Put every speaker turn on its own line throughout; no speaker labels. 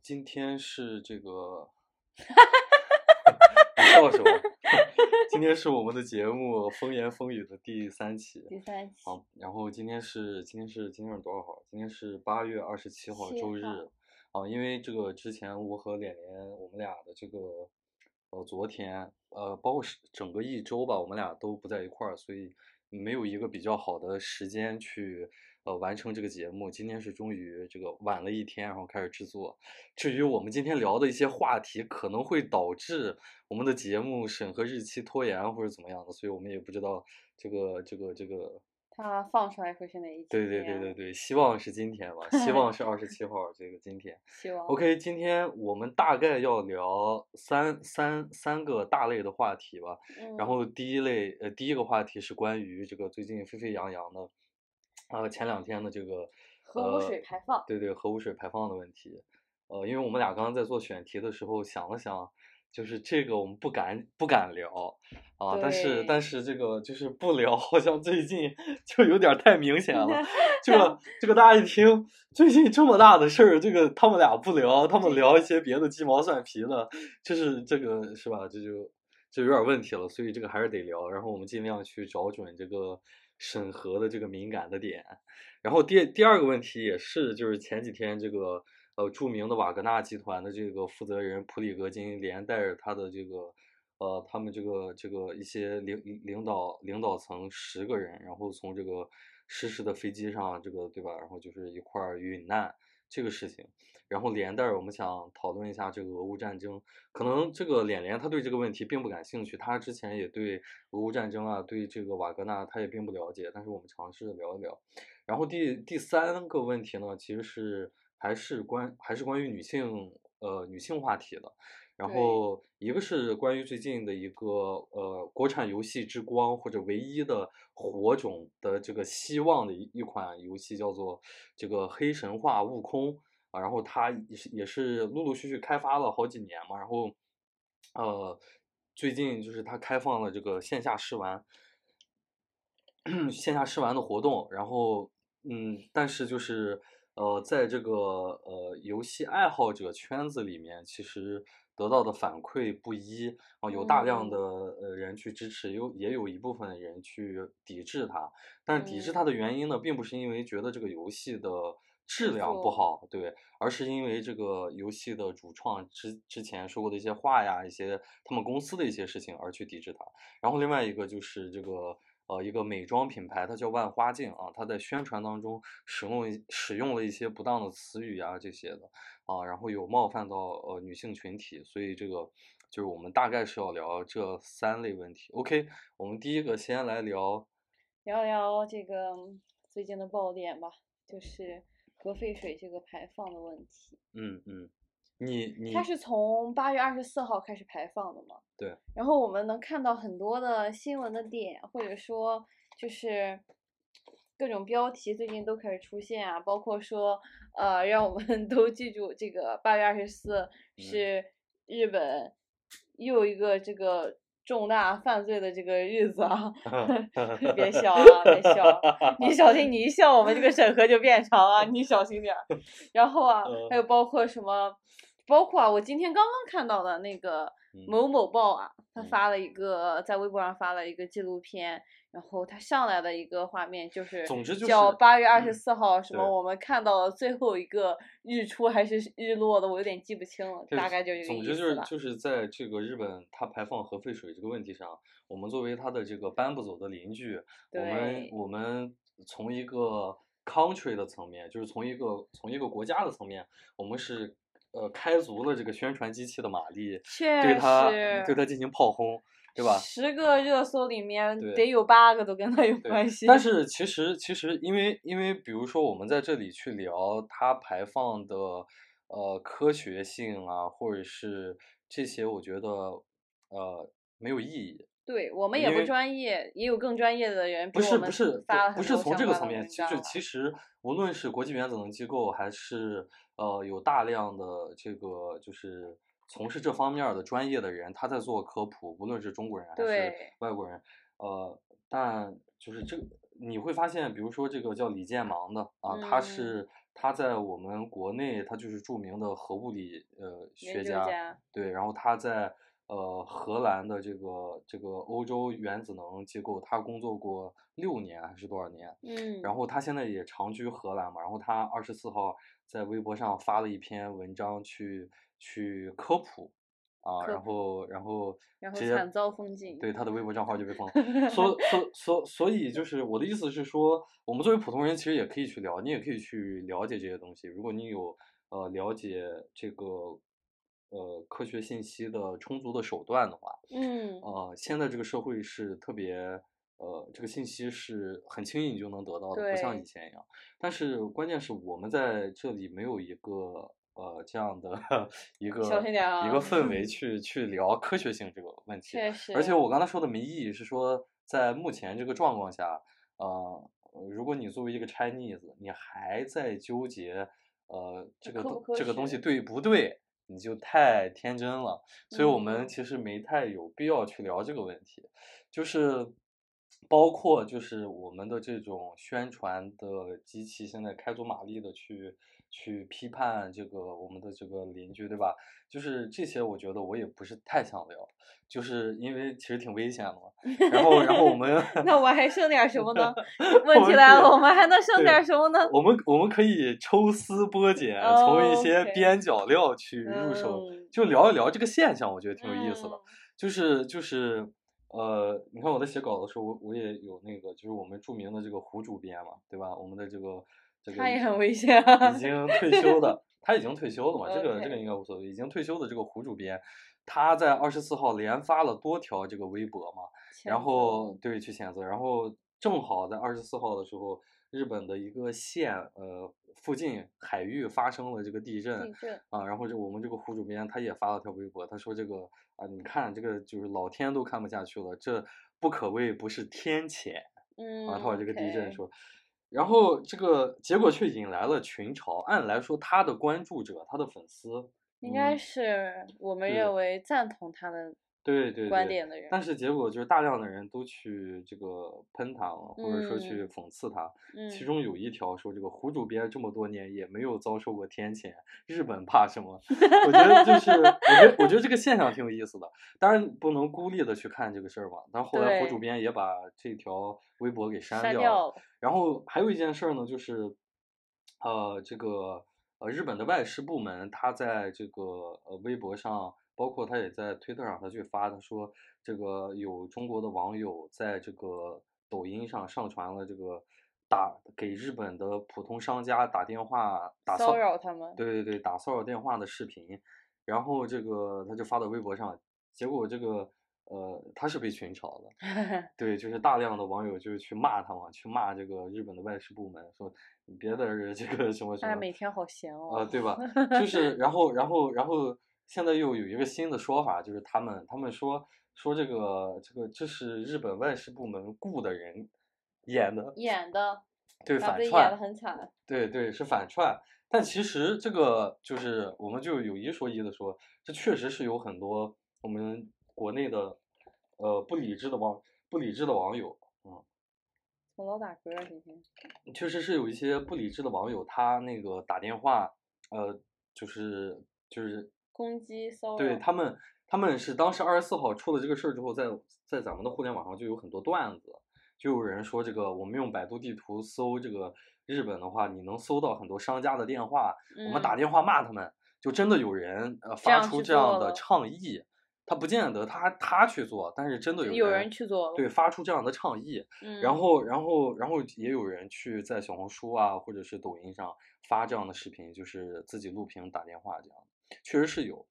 今天是这个， 你笑什么？今天是我们的节目《风言风语》的第三期
第三期，
啊。然后今天是今天是今天是多少号？今天是八月二十七号，
7
周日
号
啊。因为这个之前我和脸脸我们俩的这个呃昨天呃包括是整个一周吧，我们俩都不在一块儿，所以没有一个比较好的时间去。呃，完成这个节目，今天是终于这个晚了一天，然后开始制作。至于我们今天聊的一些话题，可能会导致我们的节目审核日期拖延或者怎么样的，所以我们也不知道这个这个这个
它放出来会是哪一期？
对对对对，对，希望是今天吧，希望是二十七号这个今天。
希望
OK，今天我们大概要聊三三三个大类的话题吧。然
嗯
后第一类呃第一个话题是关于这个最近沸沸扬扬的，呃前两天的这个
核
呃
污水排放，
对对，核污水排放的问题。呃，因为我们俩刚刚在做选题的时候想了想，就是这个我们不敢不敢聊啊，但是但是这个就是不聊，好像最近 就有点儿太明显了。这个这个大家一听，最近这么大的事儿，这个他们俩不聊，他们聊一些别的鸡毛蒜皮的，就是这个是吧？这就就有点问题了，所以这个还是得聊。然后我们尽量去找准这个审核的这个敏感的点。然后第第二个问题也是，就是前几天这个呃著名的瓦格纳集团的这个负责人普里格金，连带着他的这个呃他们这个这个一些领领导领导层十个人，然后从这个失事的飞机上，这个对吧？然后就是一块儿殒难这个事情。然后连带儿我们想讨论一下这个俄乌战争，可能这个脸脸他对这个问题并不感兴趣，他之前也对俄乌战争啊，对这个瓦格纳他也并不了解，但是我们尝试聊一聊。然后第第三个问题呢，其实是还是关还是关于女性呃女性话题的。然
对
后一个是关于最近的一个呃国产游戏之光或者唯一的火种的这个希望的一一款游戏叫做这个黑神话悟空啊，然后它也是也是陆陆续续开发了好几年嘛，然后呃最近就是它开放了这个线下试玩， 线下试玩的活动，然后嗯，但是就是呃，在这个呃游戏爱好者圈子里面，其实得到的反馈不一啊、有大量
嗯
的呃人去支持，有也有一部分人去抵制它。但是抵制它
嗯
的原因呢，并不是因为觉得这个游戏的质
制
量不
作
好，对，而是因为这个游戏的主创之之前说过的一些话呀，一些他们公司的一些事情而去抵制它。然后另外一个就是这个呃一个美妆品牌，它叫万花镜啊，它在宣传当中使用一使用了一些不当的词语啊这些的啊，然后有冒犯到呃女性群体，所以这个就是我们大概是要聊这三类问题。OK，我们第一个先来聊，
聊聊这个最近的爆点吧，就是核废水这个排放的问题。
嗯嗯，你你
它是从八月二十四号开始排放的嘛？
嗯对。
然后我们能看到很多的新闻的点，或者说就是各种标题最近都开始出现啊，包括说呃，让我们 都记住这个八月二十四是日本又一个这个重大犯罪的这个日子啊。别笑啊，别笑，你小心你一笑，我们这个审核就变长啊，你小心点儿。然后啊，
嗯
还有包括什么，包括啊，我今天刚刚看到的那个
嗯
某某报啊，他
嗯
发了一个在微博上发了一个纪录片，然后他上来的一个画面就是，
总之就
叫
是嗯
八月二十四号什么，
对
我们看到了最后一个日出还是日落的，我有点记不清了，
就是
大概就这个
总
意
之就
思
是
了。
就是在这个日本它排放核废水这个问题上，我们作为它的这个搬不走的邻居，我们
对，
我们从一个 country 的层面，就是从一个从一个国家的层面，我们是呃开足了这个宣传机器的马力，
确
对它
实，
对它进行炮轰，对吧？
十个热搜里面
对
得有八个都跟他 有
对
关系。
但是其实其实因为因为比如说我们在这里去聊它排放的呃科学性啊，或者是这些，我觉得呃没有意义。
对我们也
因
不
为
专业，也有更专业的人比
不是
我
不
们
是
发了
不
很
是
多
从
相
这个
关
层
的
面，
文
其就
章
其实无论是国际原子能机构，还是呃有大量的这个就是从事这方面儿的专业的人，他在做科普，无论是中国人还是
对
外国人，呃，但就是这个你会发现，比如说这个叫李建芒的啊，
嗯
他是他在我们国内他就是著名的核物理呃学
研究
家，
家
对，然后他在呃荷兰的这个这个欧洲原子能机构，他工作过六年还是多少年？
嗯，
然后他现在也长居荷兰嘛，然后他二十四号在微博上发了一篇文章去去科普啊，
科
然后然后
然后
直接
惨遭封禁
对他的微博账号就被封了。所所所所以 就是我的意思是说，我们作为普通人其实也可以去聊，你也可以去了解这些东西。如果你有呃了解这个呃科学信息的充足的手段的话，
嗯，
呃，现在这个社会是特别，呃，这个信息是很轻易你就能得到的，不像以
对
前一样。但是关键是我们在这里没有一个呃这样的 一个
小心点
一
啊
个 氛围去去聊科学性这个问题。
确实，
而且我刚才说的没意义是说，在目前这个状况下，呃，如果你作为一个 Chinese，你还在纠结，呃，这个
科
东
不科
这个东西
学
对不对，你就太天真了。所以我们
嗯
其实没太有必要去聊这个问题，就是包括就是我们的这种宣传的机器现在开足马力的去去批判这个我们的这个邻居，对吧？就是这些，我觉得我也不是太想聊，就是因为其实挺危险的嘛。然后，然 后我们？
那我还剩点什么呢问
我
题
们
来
是
了，我们还能剩
对
点什么呢？
我们我们可以抽丝剥�茧，从一些
哦 OK
边角料去入手，
嗯
就聊一聊这个现象，我觉得挺有意思的。
嗯
就是就是，呃，你看我在写稿的时候，我我也有那个，就是我们著名的这个胡主编嘛，对吧？我们的这个这个
他也很
已
危险啊。
已经退休的，他已经退休了嘛，这个这个
OK
应该无所谓。已经退休的这个胡主编，他在二十四号连发了多条这个微博嘛，然
谴
后对去谴责，然后正好在二十四号的时候，日本的一个县呃附近海域发生了这个地震，
责地震，
啊，然后这我们这个胡主编他也发了条微博，他说这个啊，你看这个就是老天都看不下去了，这不可谓不是天谴
嗯，
啊，他把这个地震
OK
说，然后这个结果却引来了群嘲。按来说，他的关注者，他的粉丝，
应该
嗯
是我们
对
认为赞同他的
对对
观
对
点的人。
但是结果就是大量的人都去这个喷他了，或者说去
嗯
讽刺他。
嗯，
其中有一条说，这个胡主编这么多年也没有遭受过天谴，日本怕什 么？我觉得就是，我觉得我觉得这个现象挺有意思的。当然不能孤立的去看这个事儿嘛。但后来胡主
对
编也把这条微博给删
删
掉
掉
了。
了。
然后还有一件事儿呢，就是，呃，这个呃日本的外事部门，他在这个呃微博上，包括他也在推特上，他去发，他说这个有中国的网友在这个抖音上上传了这个打给日本的普通商家打电话打
骚扰他们
对对对，打骚扰电话的视频，然后这个他就发到微博上，结果这个呃他是被群嘲的。
哎
对，就是大量的网友就是去骂他嘛，去骂这个日本的外事部门，说你别在这儿 这个什么什
大家
么，
每天好闲
啊、
哦。
对吧？就是然后然后然后现在又有一个新的说法，就是他们他们说说这个这个这是日本外事部门雇的人演的，
演的，
对
把
反
自己啊演
串
的，很惨。
对对，是反串。但其实这个就是我们就有一说一的说，这确实是有很多我们国内的呃不理智的网不理智的网友。
我老打嗝了，今天。
确实是有一些不理智的网友，他那个打电话，呃，就是就是
攻击骚扰。
对他们，他们是当时二十四号出了这个事儿之后，在在咱们的互联网上就有很多段子，就有人说这个我们用百度地图搜这个日本的话，你能搜到很多商家的电话，我们打
嗯
电话骂他们，就真的有人呃发
样
出
去
这样
做
的
了
倡议，他不见得他他去做，但是真的
有
人
人去做了。
对发出这样的倡议，
嗯，
然后，然后，然后也有人去在小红书啊，或者是抖音上发这样的视频，就是自己录屏打电话这样，确实是有。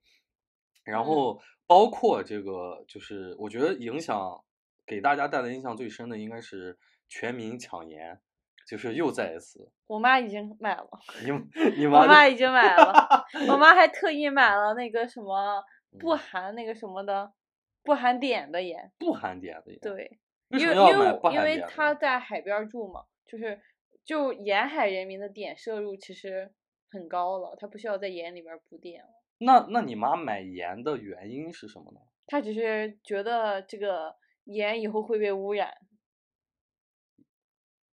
然
嗯
后包括这个，就是我觉得影响给大家带来印象最深的应该是全民抢盐，就是又再一次，
我妈已经买了，
你你
我
妈
妈
的
已经买了， 我妈还特意买了那个什么不
嗯
含那个什么的，不含碘的盐。
不含碘的盐，
对，
为什
因
么要
为因
买
为
不含
因
碘
为
的
她
盐？
在海边儿住嘛，就是就沿海人民的碘摄入其实很高了，她不需要在盐里边儿补碘了。
那那你妈买盐的原因是什么呢？
她只是觉得这个盐以后会被污染，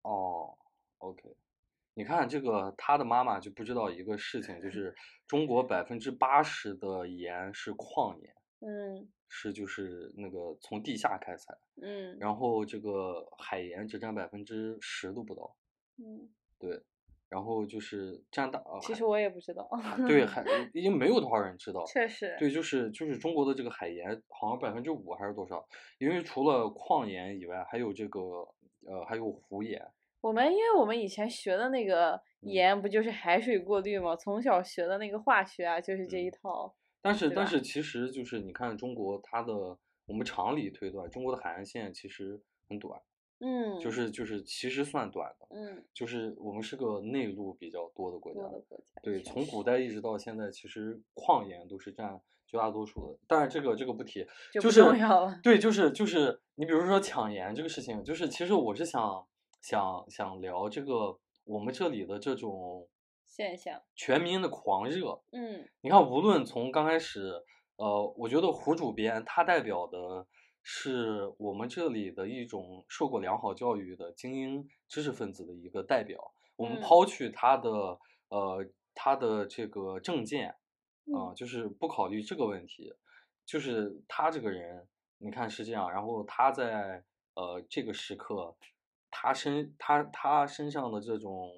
哦，OK，你看这个他的妈妈就不知道一个事情， 就是中国百分之八十的盐是矿盐，
嗯
是就是那个从地下开采，
嗯
然后这个海盐只占百分之十都不到，
嗯，
对，然后就是占大，呃
其
海
实我也不知道，
对海已经没有多少人知道，
确实，
对，就是就是中国的这个海盐，好像百分之五还是多少？因为除了矿盐以外，还有这个呃，还有湖盐。
我们因为我们以前学的那个
嗯
盐不就是海水过滤吗？从小学的那个化学啊，就是这一
嗯
套。
但是
对
但
吧
是其实就是你看中国它的，我们常理推断，中国的海岸线其实很短，
嗯，
就是就是其实算短的，
嗯，
就是我们是个内陆比较多的国家
多。的国家。
对，
确
从
实
古代一直到现在，其实矿盐都是占绝大多数的。但是这个这个不提，
就
就
不
是
重要了。
对，就是就是，你比如说抢盐这个事情，就是其实我是想想想聊这个我们这里的这种
现象，
全民的狂热。
嗯
你看，无论从刚开始，呃，我觉得胡主编他代表的是我们这里的一种受过良好教育的精英知识分子的一个代表。我们
嗯
抛去他的呃他的这个证件，啊、
嗯
就是不考虑这个问题，就是他这个人，你看是这样，然后他在呃这个时刻，他身他他身上的这种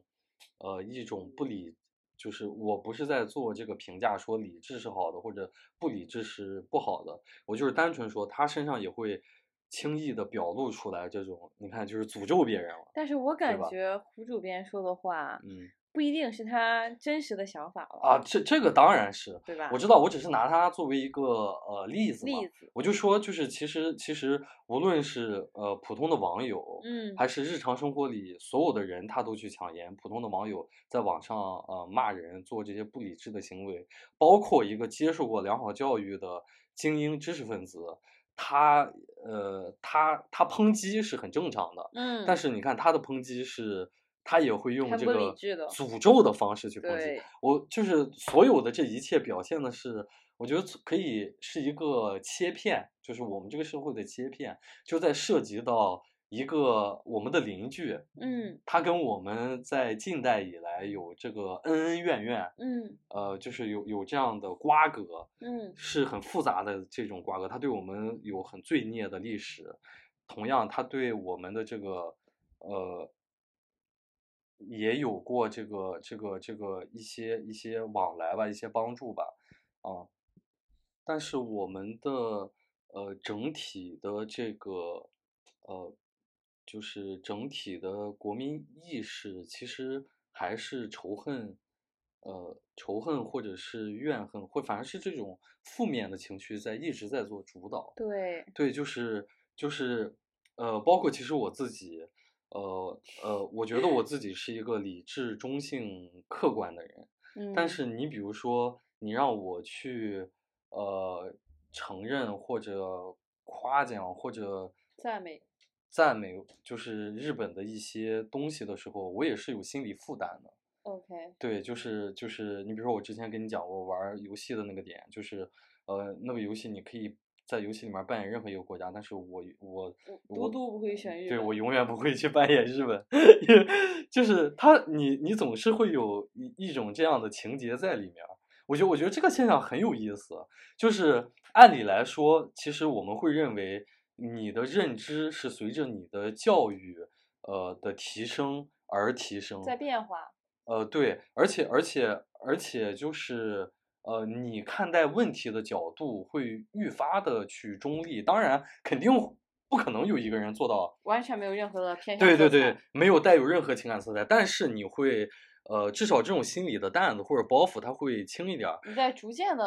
呃一种不理，就是我不是在做这个评价，说理智是好的或者不理智是不好的，我就是单纯说他身上也会轻易的表露出来这种，你看就是诅咒别人了，
但是我感
吧
觉胡主编说的话
嗯
不一定是他真实的想法了，
啊，这这个当然是。
对吧？
我知道，我只是拿它作为一个呃例子嘛，
例子，
我就说，就是其实其实无论是呃普通的网友，
嗯，
还是日常生活里所有的人，他都去抢盐。普通的网友在网上呃骂人，做这些不理智的行为，包括一个接受过良好教育的精英知识分子，他呃他他抨击是很正常的，
嗯，
但是你看他的抨击是。他也会用
很
这
不理
个
智的
诅咒的方式去抨击，
对，
我就是所有的这一切表现的是，我觉得从可以是一个切片，就是我们这个社会的切片，就在涉及到一个我们的邻居，
嗯
他跟我们在近代以来有这个恩恩怨怨，
嗯
呃，就是有有这样的瓜葛，
嗯
是很复杂的这种瓜葛，他对我们有很罪孽的历史，同样他对我们的这个呃也有过这个这个这个一些一些往来吧，一些帮助吧，啊，但是我们的呃整体的这个呃就是整体的国民意识其实还是仇恨。呃仇恨或者是怨恨，或反正是这种负面的情绪在一直在做主导。
对，
对，就是就是呃，包括其实我自己，呃呃，我觉得我自己是一个理智、中性、客观的人，
嗯，
但是你比如说，你让我去呃承认或者夸奖或者
赞美，
赞美就是日本的一些东西的时候，我也是有心理负担的。
OK，
对，就是就是，你比如说我之前跟你讲过玩儿游戏的那个点，就是呃，那个游戏你可以在游戏里面儿扮演任何一个国家，但是我我
我
我
独独不会选日
对
本
我永远不会去扮演日本， 因为就是他你你总是会有一一种这样的情节在里面儿。我觉得我觉得这个现象很有意思，就是按理来说，其实我们会认为你的认知是随着你的教育呃的提升而提升，
在变化，
呃，对，而且而且而且就是呃，你看待问题的角度会愈发的去中立，当然肯定不可能有一个人做到，
完全没有任何的偏向
对
色
对对
彩，，
没有带有任何情感色彩，但是你会呃，至少这种心理的担子或者包袱，它会轻一点儿。
你在逐渐的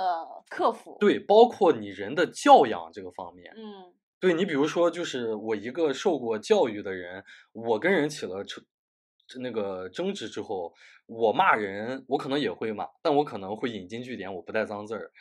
克服，，
对，包括你人的教养这个方面，
嗯
对你，比如说，就是我一个受过教育的人，我跟人起了争那个争执之 后，我骂人，我可能也会骂，但我可能会引经据典，我不带脏字儿。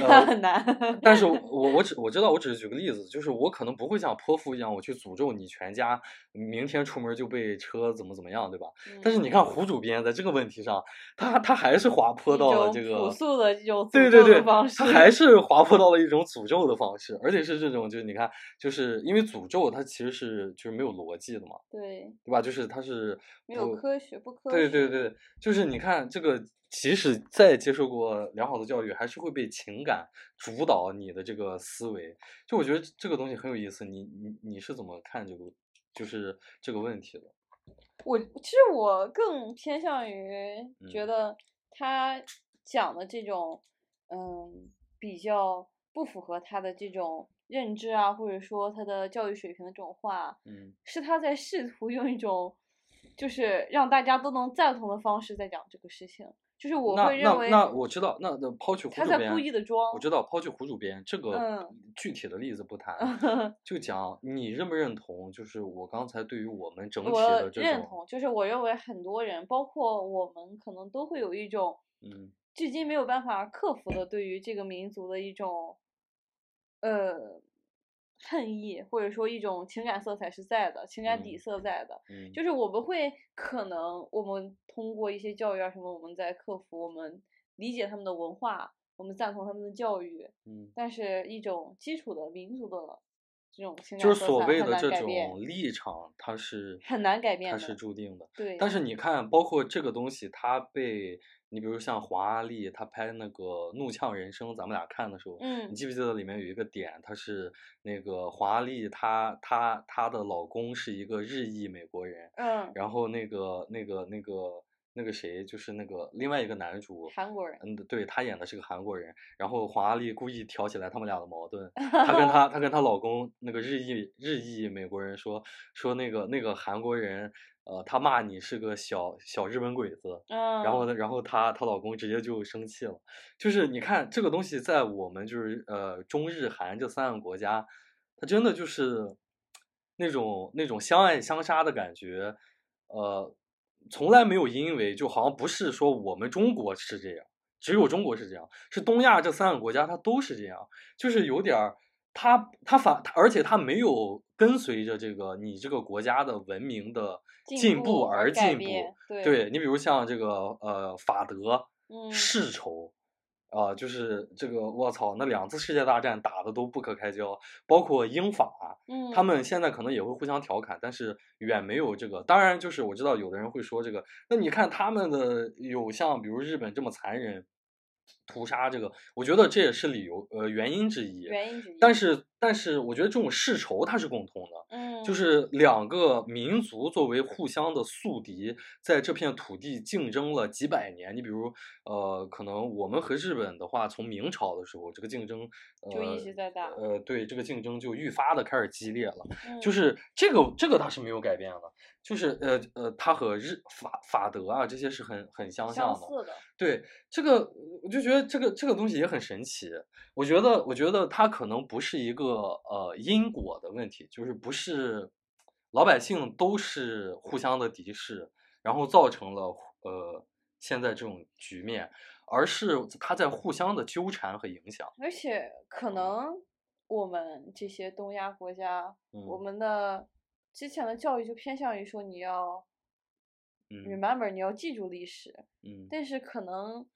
呃
很难。
但是我我只我知道，我只是举个例子，就是我可能不会像泼妇一样，我去诅咒你全家，明天出门就被车怎么怎么样，对吧？但是
嗯
你看胡主编在这个问题上，他他还是滑坡到了这
一
个
种朴素的这种
对
诅
对
咒的
对
方，
他
式
还是滑坡到了一种诅咒的方式，而且是这种就是你看，就是因为诅咒它其实是就是没有逻辑的嘛，
对，
对吧？就是它是
没有
不
科学，不科
对
学。
对对，就是你看这个，即使再接受过良好的教育，还是会被情感主导你的这个思维。就我觉得这个东西很有意思，你你你是怎么看这个，就是这个问题的？
我其实我更偏向于觉
嗯
得他讲的这种，嗯，比较不符合他的这种认知啊，或者说他的教育水平的这种话，
嗯
是他在试图用一种，就是让大家都能赞同的方式在讲这个事情。就是我
那
会认
那
为
那我知道，那那抛去胡
他
主
在
编，
故意的装
我。知道抛去胡主编这个
嗯
具体的例子不谈， 就讲你认不认同，就是我刚才对于我们整体
我
的这
认
种，
同，就是我认为很多人，包括我们，可能都会有一种
嗯
至今没有办法克服的对于这个民族的一种，呃，恨意，或者说一种情感色彩是在的，情感底
嗯
色在的。
嗯，
就是我们会可能我们通过一些教育啊什么，我们在克服，我们理解他们的文化，我们赞同他们的教育，
嗯。
但是一种基础的民族的这种情感
就是
色
所
彩
谓
很
的
难
这
改变
种立场，它是
很难改变
它
的
是注定的。
对，
但是你看，包括这个东西，它被你比如像黄阿丽，她拍那个《怒呛人生》，咱们俩看的时候，
嗯
你记不记得里面有一个点，她是那个黄阿丽，她她她的老公是一个日裔美国人，
嗯，
然后那个那个那个那个谁，就是那个另外一个男主，
韩国人
嗯，对他演的是个韩国人，然后黄阿丽故意挑起来他们俩的矛盾，她跟她她跟她老公那个日裔日裔美国人说说那个那个韩国人，呃，他骂你是个小小日本鬼子，
嗯，
然后呢，然后她她老公直接就生气了，就是你看这个东西在我们就是呃中日韩这三个国家，它真的就是那种那种相爱相杀的感觉，呃，从来没有因为就好像不是说我们中国是这样，只有中国是这样，是东亚这三个国家它都是这样，就是有点儿。它它反，它而且它没有跟随着这个你这个国家的文明的进步而
改
进步，
变，对啊
对你比如像这个呃法德
嗯，
世仇啊、就是这个我操，那两次世界大战打的都不可开交，包括英法，啊
嗯，
他们现在可能也会互相调侃，但是远没有这个。当然，就是我知道有的人会说这个，那你看他们的有像比如日本这么残忍屠杀这个，我觉得这也是理由呃原因之一。
原因之一，
但是但是我觉得这种世仇它是共通的，
嗯，
就是两个民族作为互相的宿敌，在这片土地竞争了几百年。你比如，呃，可能我们和日本的话，从明朝的时候，这个竞争，呃，
就一直在打，
呃，对，这个竞争就愈发的开始激烈了。就
嗯
是这个这个它是没有改变的，就是呃呃，它和日法法德啊这些是很很相像的。
相似的，
对这个，我就觉得这个这个东西也很神奇。我觉得，我觉得它可能不是一个呃因果的问题，就是不是老百姓都是互相的敌视，然后造成了呃现在这种局面，而是它在互相的纠缠和影响。
而且
嗯
可能我们这些东亚国家，我
嗯
们的之前的教育就偏向于说你要
嗯
remember，你要记住历史，
嗯，
但是可能。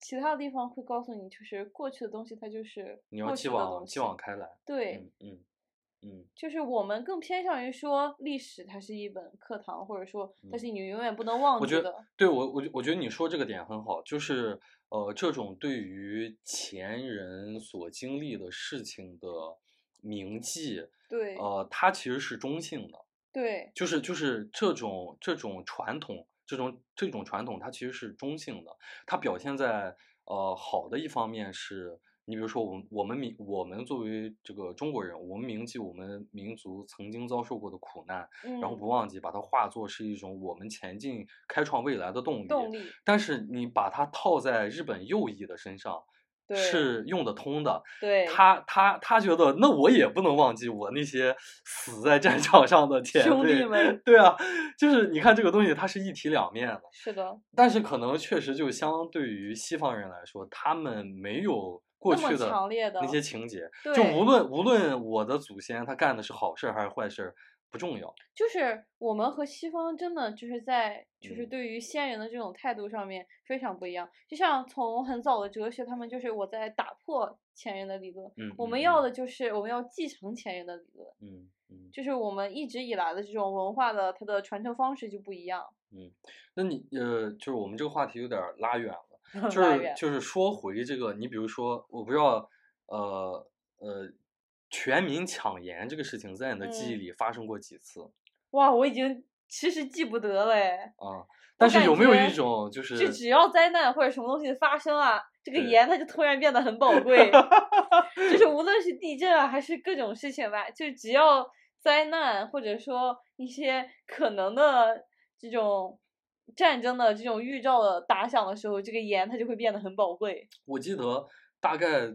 其他的地方会告诉你，就是过去的东西，它就是
你要
过
继
去的
往
东西。
继往开来。
对，
嗯嗯嗯
就是我们更偏向于说历史，它是一本课堂，或者说它
嗯
是你永远不能忘
我
记
觉
的。
对我，我觉我觉得你说这个点很好，就是呃，这种对于前人所经历的事情的铭记，
对、
呃，它其实是中性的，
对，
就是就是这种这种传统，这种这种传统，它其实是中性的，它表现在呃好的一方面是。你比如说我们，我们民我们作为这个中国人，我们铭记我们民族曾经遭受过的苦难，
嗯，
然后不忘记把它化作是一种我们前进、开创未来的动力。
动力，
但是你把它套在日本右翼的身上，
对，
是用得通的。
对，
他他他觉得，那我也不能忘记我那些死在战场上的前辈。
兄弟们
对啊，就是你看这个东西，它是一体两面的。
是的，
但是可能确实就相对于西方人来说，他们没有过
那么
去的
强烈的
那些情节，
对
就无论无论我的祖先他干的是好事儿还是坏事儿不重要，
就是我们和西方真的就是在就是
嗯
对于先人的这种态度上面非常不一样。就像从很早的哲学，他们就是我在打破前人的理论，
嗯，
我们
嗯
要的就是我们要继承前人的理论，
嗯嗯，
就是我们一直以来的这种文化的它的传承方式就不一 样。
那你呃，就是我们这个话题有点儿拉远了。
就
就是就是说回这个，你比如说，我不知道，呃呃，全民抢盐这个事情在你的记忆
嗯
里发生过几次
哇，我已经其实记不得了哎，
啊？但是
感
有没有
觉
一种就是
就只要灾难或者什么东西发生啊，这个
对
盐它就突然变得很宝贵，就是无论是地震啊还是各种事情吧，就只要灾难或者说一些可能的这种战争的这种预兆的打响的时候，这个盐它就会变得很宝贵。
我记得大概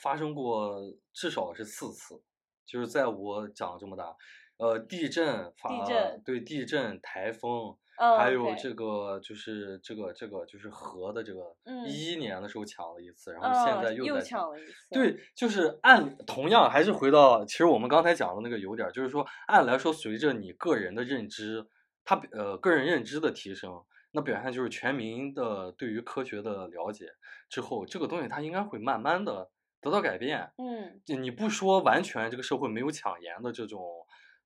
发生过至少是四次，就是在我长这么大，呃，地震发，
震
对地震、台风，
嗯，
还有
对
这个就是这个这个就是河的这个
嗯
一一年的时候抢了一次，然后现
嗯
在
又
在
抢了一次，，
对，就是按同样还是回到，其实我们刚才讲的那个有点儿，就是说，按来说，随着你个人的认知，他呃个人认知的提升，那表现就是全民的对于科学的了解之后，这个东西它应该会慢慢的得到改变。
嗯，
就你不说完全这个社会没有抢盐的这种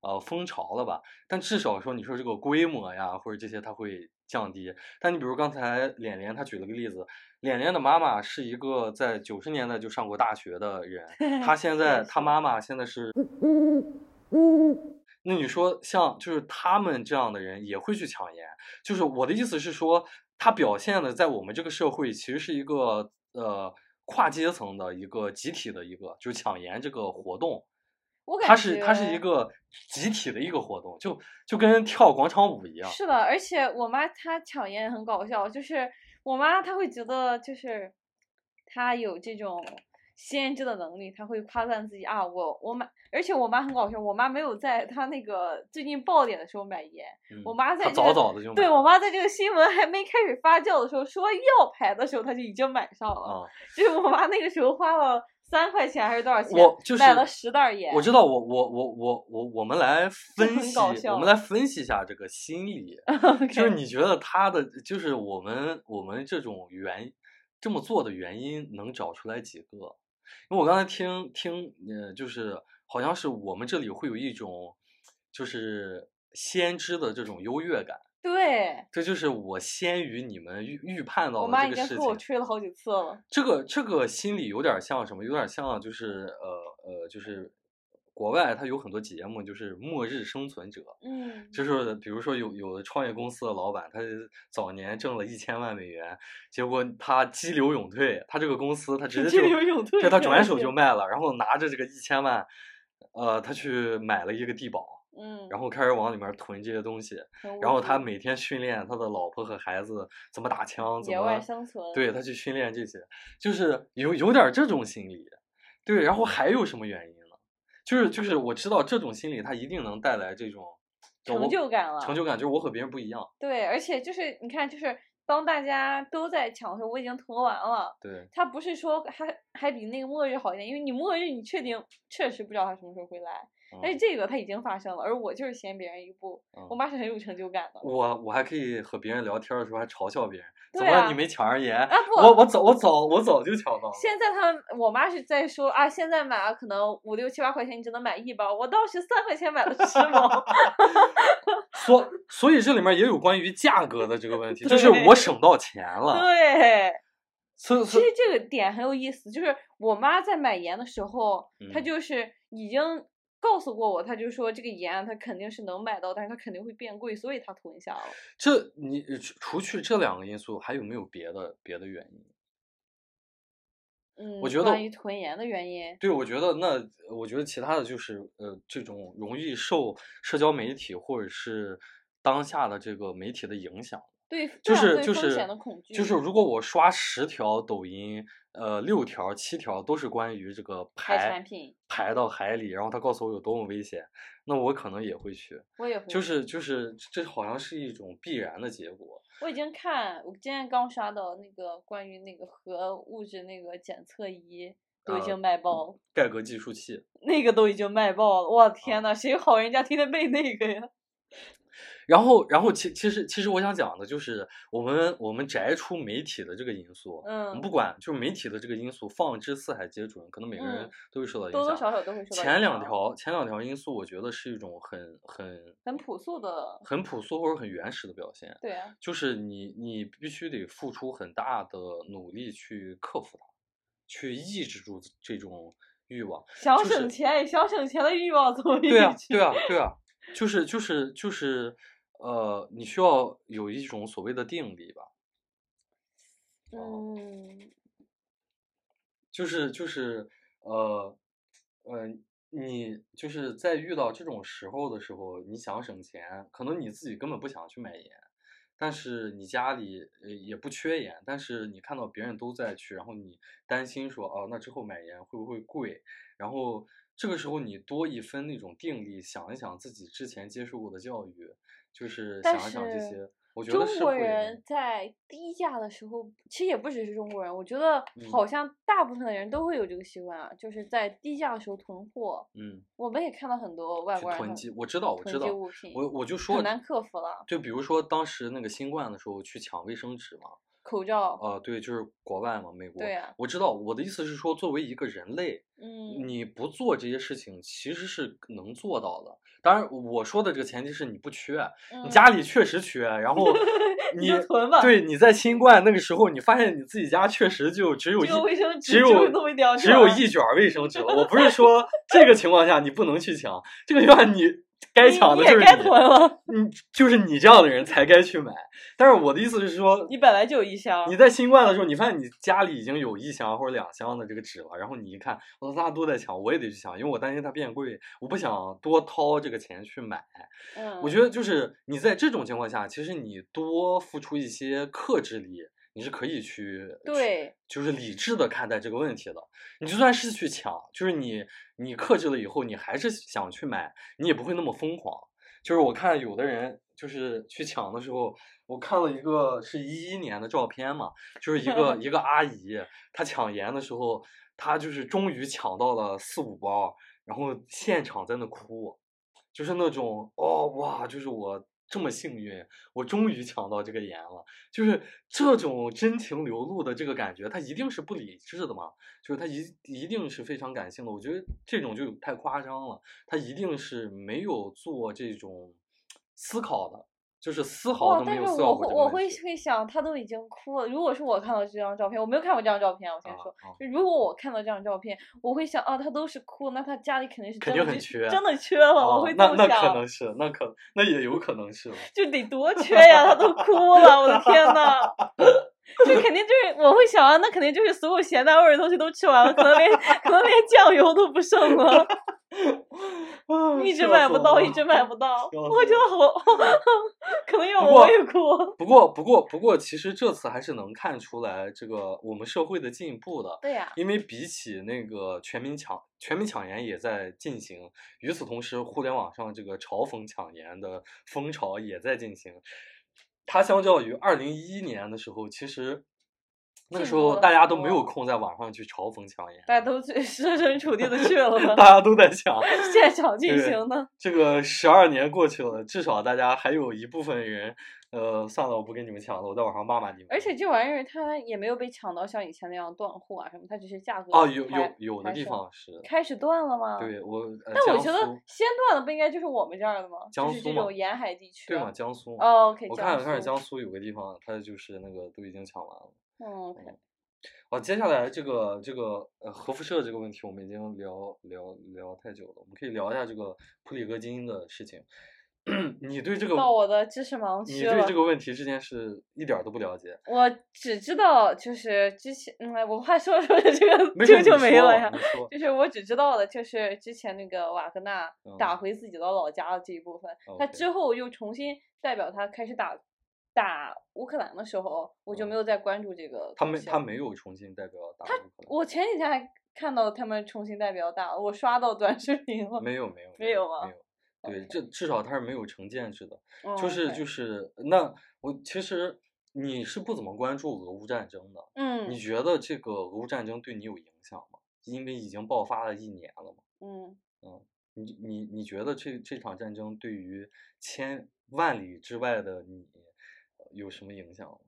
呃风潮了吧，但至少说你说这个规模呀或者这些它会降低。但你比如刚才脸脸他举了个例子，脸脸的妈妈是一个在九十年代就上过大学的人， 她现在
是
她妈妈现在是。那你说像就是他们这样的人也会去抢盐，就是我的意思是说，他表现的在我们这个社会其实是一个呃跨阶层的一个集体的一个，就是抢盐这个活动，
我感觉
它是它是一个集体的一个活动，就就跟跳广场舞一样。
是的，而且我妈她抢盐很搞笑，就是我妈她会觉得就是她有这种先知的能力，她会夸赞自己啊，我我买，而且我妈很搞笑，我妈没有在她那个最近爆点的时候买盐，
嗯
我妈在
她
这
早
个
早的就
对
买
我
了
妈在这个新闻还没开始发酵的时候说要牌的时候，她就已经买上了，
啊，
就是我妈那个时候花了三块钱还是多少钱，
我就是
买了十袋盐，
我知道，我我我我我我们 来分
很
析
搞，
我
笑
们来分析一下这个心理， 就是你觉得他的就是我们我们这种原这么做的原因能找出来几个？因为我刚才听听呃，就是好像是我们这里会有一种就是先知的这种优越感，
对
这就是我先于你们预预判到
我
了
妈
这
已
个
经
事
和我
情。
吹了好几次了，
这个这个心理有点儿像什么？有点儿像就是呃呃，就是国外它有很多节目，就是末日生存者，
嗯，
就是比如说有有的创业公司的老板，他早年挣了一千万美元，结果他激流勇退，他这个公司他直接
激
就
流勇退
对他
真
转
是
手就卖了，然后拿着这个一千万，呃，他去买了一个地堡，
嗯，
然后开始往里面囤这些东西，
很无
然后他
助
每天训练他的老婆和孩子怎么打枪，怎
野
么
外生存，
对他去训练这些，就是有有点儿这种心理，对，然后还有什么原因呢？就是就是我知道这种心理，它一定能带来这种
成就感了
成就感就是我和别人不一样，
对，而且就是你看，就是当大家都在抢的时候，我已经囤完了。
对
它不是说还还比那个末日好一点，因为你末日你确定确实不知道它什么时候会来，
嗯。
但是这个它已经发生了，而我就是先别人一步，我
嗯
妈是很有成就感的。
我我还可以和别人聊天儿的时候还嘲笑别人，怎
对
么
啊
你没抢上盐？
啊不
我我早我早我早就抢到了。
现在他们，我妈是在说啊，现在买了可能五六七八块钱，你只能买一包。我当时三块钱买了十
啊
包，
所所以这里面也有关于价格的这个问题，就是我
对
省到钱了，
对，
所以
其
所 以
实这个点很有意思，就是我妈在买盐的时候，她
嗯
就是已经告诉过我，她就说这个盐啊她肯定是能买到，但是它肯定会变贵，所以她囤下了。
这你除除去这两个因素，还有没有别的别的原因？
嗯，
我觉得
关于囤盐的原因，
对，我觉得那呃我觉得其他的就是呃，这种容易受社交媒体或者是当下的这个媒体的影响，
对，
就
对啊
是
对
就
风
是
险的恐惧，
就是如果我刷十条抖音，呃，六条七条都是关于这个
海产
排
品，
排到海里，然后他告诉我有多么危险，那我可能也会去，
我也会，
就是就是这好像是一种必然的结果。
我已经看，我今天刚刷到那个关于那个核物质那个检测仪，都已
呃
经
嗯
卖爆了，
盖革计数器。
那个都已经卖爆了，我天
啊
呐，谁好人家天天背那个呀？
然后，然后其其实其实我想讲的就是，我们我们摘除媒体的这个因素，我们
嗯，
不管就是媒体的这个因素，放之四海皆准，可能每个人
嗯
都会受到影响。
多多少少都会受到
前
影
两
响
条前两条因素，我觉得是一种很很
很朴素的，
很朴素或者很原始的表现，
对啊，
就是你你必须得付出很大的努力去克服它，去抑制住这种欲望。
想
就是
省钱，想省钱的欲望怎么
对啊
一，直
对啊，对啊，就是就是就是，呃，你需要有一种所谓的定力吧，
嗯，
就是就是呃呃，你就是在遇到这种时候的时候，你想省钱，可能你自己根本不想去买盐，但是你家里呃也不缺盐，但是你看到别人都在去，然后你担心说哦，那之后买盐会不会贵？然后这个时候你多一分那种定力，想一想自己之前接受过的教育，就是想
但
一想这
是
些，我觉得
中
是
国
会
人在低价的时候，其实也不只是中国人，我觉得
嗯
好像大部分的人都会有这个习惯啊，就是在低价的时候囤货。
嗯
我们也看到很多外
去
国人
囤
他
积，我知道我知
囤积
道，
物品，
我我就说
很难克服了。
就比如说当时那个新冠的时候去抢卫生纸嘛，
口罩，
啊、对，就是国外嘛，美国。
对啊
我知道，我的意思是说，作为一个人类，
嗯，
你不做这些事情其实是能做到的。当然，我说的这个前提是你不缺，你
嗯
家里确实缺，然后
你
你
就囤吧
对，你在新冠那个时候，你发现你自己家确实就只有一
只有卫生纸
只
就
有
是那么一两
只
卷
有
儿
一卷儿卫生纸了。我不是说这个情况下你不能去抢，这个情况下你该
你
抢的
你
就
也
是
该囤了，
你就是你这样的人才该去买。但是我的意思是说，
你本来就有一箱
你。在新冠的时候，你发现你家里已经有一箱或者两箱的这个纸了，然后你一看，我大家都在抢，我也得去抢，因为我担心它变贵，我不想多掏这个钱去买。
嗯，
我觉得就是你在这种情况下，其实你多付出一些克制力，你是可以去去
对，
就是理智的看待这个问题的。你就算是去抢，就是你你克制了以后，你还是想去买，你也不会那么疯狂。就是我看有的人就是去抢的时候，我看了一个是一一年的照片嘛，就是一个一个阿姨，她抢盐的时候，她就是终于抢到了四五包，然后现场在那哭，就是那种哦哇，就是我。这么幸运，我终于抢到这个盐了。就是这种真情流露的这个感觉，它一定是不理智的嘛，就是它一一定是非常感性的。我觉得这种就太夸张了，它一定是没有做这种思考的，就是丝毫
哇！
都没
但
有
是
思考
我会
过这个
我
问
会
题
会想，他都已经哭了。如果是我看到这张照片，我没有看过这张照片啊，我先
啊
说，
啊
就如果我看到这张照片，我会想啊，他都是哭，那他家里肯定是
肯
真
定
的
很
就
缺
真的缺了，
哦
我会这
那
么
那
想，
可能是，那可那也有可能是吧，
就得多缺呀，他都哭了，我的天呐。这肯定就是我会想啊，那肯定就是所有咸淡味儿的东西都吃完了，可能连可能连酱油都不剩了，
啊
一直
笑
买
死
不
我
到，
了
一直买不到，
笑
我
死
觉得好， 可能要我我
过
也哭。
不过，不过，不过，其实这次还是能看出来这个我们社会的进步的，
对呀、
因为比起那个全民抢全民抢盐也在进行，与此同时，互联网上这个嘲讽抢盐的风潮也在进行。它相较于二零一一年的时候，其实那个时
进步
候
了
大
很
家都没
多
有空在网上去嘲讽抢盐，
大家都去 设身处地的去了
大家都在抢。
现场进
对
行的。
这个十二年过去了，至少大家还有一部分人，呃，算了，我不跟你们抢了，我在网上骂骂你们。
而且这玩意儿它也没有被抢到像以前那样断货啊什么，它只是价格
哦，有有
开
有的
开
地
始
方是，
开始断了吗？。
对我，呃
但我
江
觉得
苏
先断的不应该就是我们这儿的吗？
江
就是
苏
这
嘛
种沿海地区。
对嘛，？江苏嘛。
哦，OK，
我看了看，
江
江
苏。
苏有个地方，它就是那个都已经抢完了。
嗯，OK，
哦，接下来这个这个呃核辐射这个问题，我们已经聊聊聊太久了，我们可以聊一下这个普里戈金的事情。 你对这个，
到我的知识盲
你
区
对
了
这。个问题这件事一点儿都不了解。
我只知道就是之前，嗯，我怕说着说着这 个
没
这
事，
个就
你
没
说啊
了呀
你。 说
就是我只知道的，就是之前那个瓦格纳
嗯
打回自己的老家的这一部分，他
OK
之后又重新代表他开始打打乌克兰的时候，我就没有再关注这个
嗯他
东
没
西
他
了
没有重新代表打乌克兰，
我前几天还看到他们重新代表打，我刷到短视频了。
没有没有
没有吗
没有。对，这至少它是没有成建制的。
嗯
就是
对
就是，那我其实你是不怎么关注俄乌战争的，
嗯
你，觉得这个俄乌战争对你有影响吗？因为已经爆发了一年了嘛。
嗯，
嗯，你你你觉得这这场战争对于千万里之外的你呃有什么影响吗？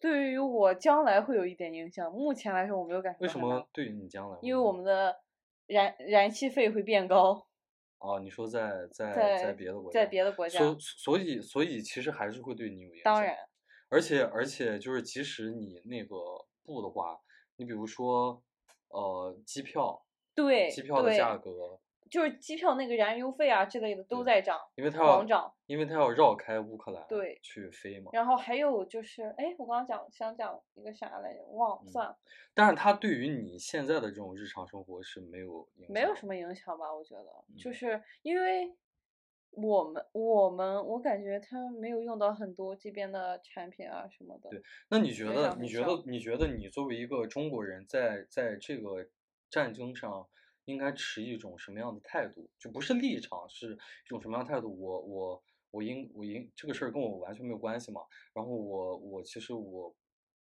对于我将来会有一点影响，目前来说我没有感受到
为什
很大。
么对于你将来会有影响？
因为我们的燃燃气费会变高，
哦，你说在在
在
别的国家，
在别的国家，
所所以所以其实还是会对你有影响。
当然，
而且而且就是即使你那个不的话，你比如说呃机票，
对
机票的
对
价格，
就是机票那个燃油费啊之类的
对
都在涨，
因为它
狂
要
涨。
因为它要绕开乌克兰
对
去飞嘛。
然后还有就是，哎，我刚刚讲想讲一个啥来着，忘
嗯
了，算了，
但是它对于你现在的这种日常生活是没有影响，
没有什。么影响吧？我觉得，就
嗯
是因为我们我们我感觉他们没有用到很多这边的产品啊什么的。
对那你觉
非
得
常
你
很嗯
觉
少
得你觉得你作为一个中国人在，在这个战争上应该持一种什么样的态度？就不是立场，是一种什么样的态度？我我我应我应这个事儿跟我完全没有关系嘛。然后我我其实我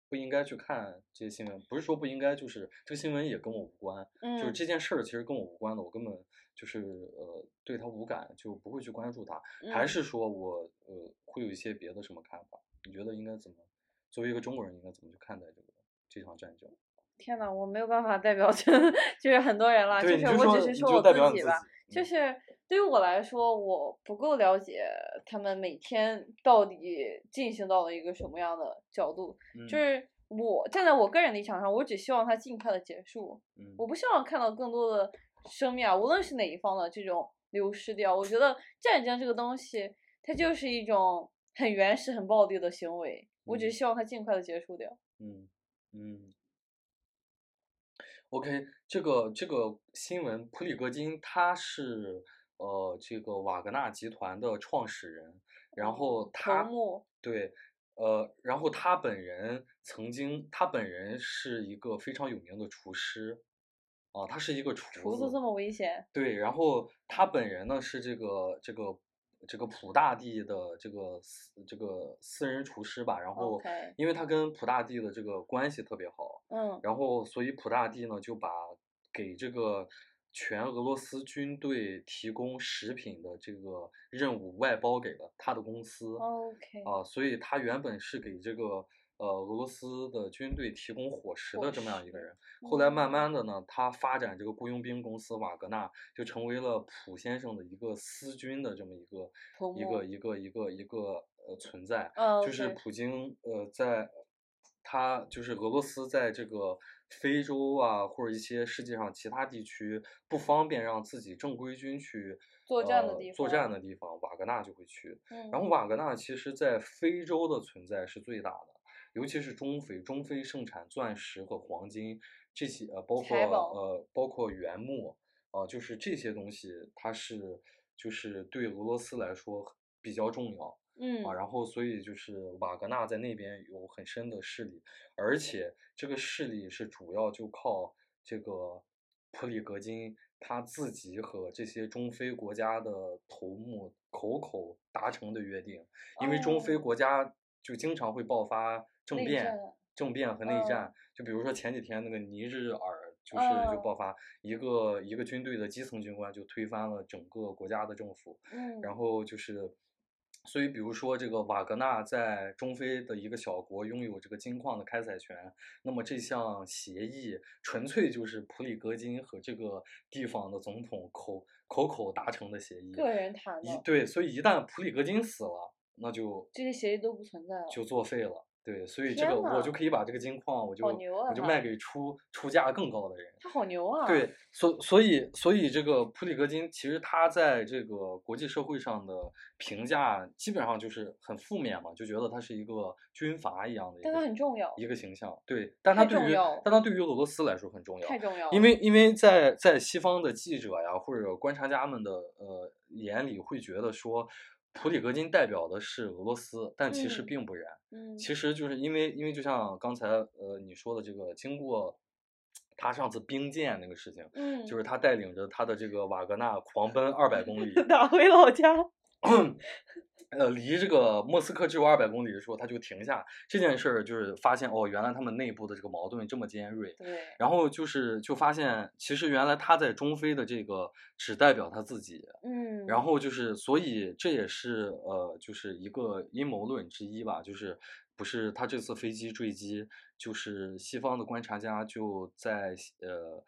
不应该去看这些新闻，不是说不应该，就是这个新闻也跟我无关，
嗯，
就是这件事儿其实跟我无关的，我根本就是呃对它无感，就不会去关注它。还
嗯
是说我呃会有一些别的什么看法？你觉得应该怎么？作为一个中国人，应该怎么去看待这个这场战争？
天呐，我没有办法代表 就是很多人了，
对，
啊就
你就
是我
说
只是
你
说
就
我
代表你
己
自
吧。
己，
就
嗯
是对于我来说，我不够了解他们每天到底进行到了一个什么样的角度，
嗯
就是我站在我个人立场上，我只希望它尽快的结束，
嗯
我不希望看到更多的生命啊，无论是哪一方的这种流失掉。我觉得战争这个东西，它就是一种很原始、很暴力的行为，我只
嗯
希望它尽快的结束掉。
嗯嗯。OK，这个这个新闻，普里戈金他是呃这个瓦格纳集团的创始人，然后
头
他
目，
对，呃，然后他本人曾经，他本人是一个非常有名的厨师，啊，他是一个厨
厨子这么危险，
对，然后他本人呢是这个这个这个普大帝的这个私这个私人厨师吧，然后
OK
因为他跟普大帝的这个关系特别好，
嗯
然后所以普大帝呢就把给这个全俄罗斯军队提供食品的这个任务外包给了他的公司。
哦，OK，
啊，所以他原本是给这个呃俄罗斯的军队提供伙食
伙
的这么样一个
食
人。后来慢
嗯
慢的呢，他发展这个雇佣兵公司瓦格纳，就成为了普先生的一个私军的这么一个
头
一
目
个一个一个一个呃存在。
嗯，
就是
哦对
普京呃在。他就是俄罗斯在这个非洲啊，或者一些世界上其他地区不方便让自己正规军去
作战的
呃
地
作战
方
的地方，瓦格纳就会去。
嗯
然后瓦格纳其实在非洲的存在是最大的，尤其是中非，中非盛产钻石和黄金这些呃，包括
财宝
呃包括原木啊、呃就是这些东西它是就是对俄罗斯来说比较重要。
嗯
啊，然后所以就是瓦格纳在那边有很深的势力，而且这个势力是主要就靠这个普里格金他自己和这些中非国家的头目口口达成的约定，因为中非
哦
国家就经常会爆发政
内
变
战。
政变和内
嗯
战，就比如说前几天那个尼日尔，就是就
嗯
爆发一个一个军队的基层军官就推翻了整个国家的政府，
嗯，
然后就是，所以比如说这个瓦格纳在中非的一个小国拥有这个金矿的开采权，那么这项协议纯粹就是普里戈金和这个地方的总统口口口达成的协议。
个人谈
一
的
对，所以一旦普里戈金死了，那就
这些协议都不存在了，
就作废了。对，所以这
哦天
个我就
呐
可以把这个金矿，我就
牛啊
我就
他
卖给出出价更高的人。
他好牛啊！
对，，所所以所以这个普里戈金其实他在这个国际社会上的评价基本上就是很负面嘛，就觉得他是一个军阀一样的一
但他
个
很重要，
一个形象。对，但
太
他对
重
于
要
但他对于俄罗斯来说很重要
太，重要了，
因为因为在在西方的记者呀或者观察家们的呃眼里会觉得说。普里戈金代表的是俄罗斯，但其实
嗯
并不然。
嗯
其实就是因为，因为就像刚才呃你说的这个，经过他上次兵谏那个事情，
嗯，
就是他带领着他的这个瓦格纳狂奔二百公里
打回老家，
呃，离这个莫斯科只有二百公里的时候，他就停下这件事儿，就是发现哦，原来他们内部的这个矛盾这么尖锐。
对，
然后就是就发现，其实原来他在中非的这个只代表他自己，
嗯，
然后就是所以这也是呃，就是一个阴谋论之一吧，就是不是他这次飞机坠机，就是西方的观察家就在呃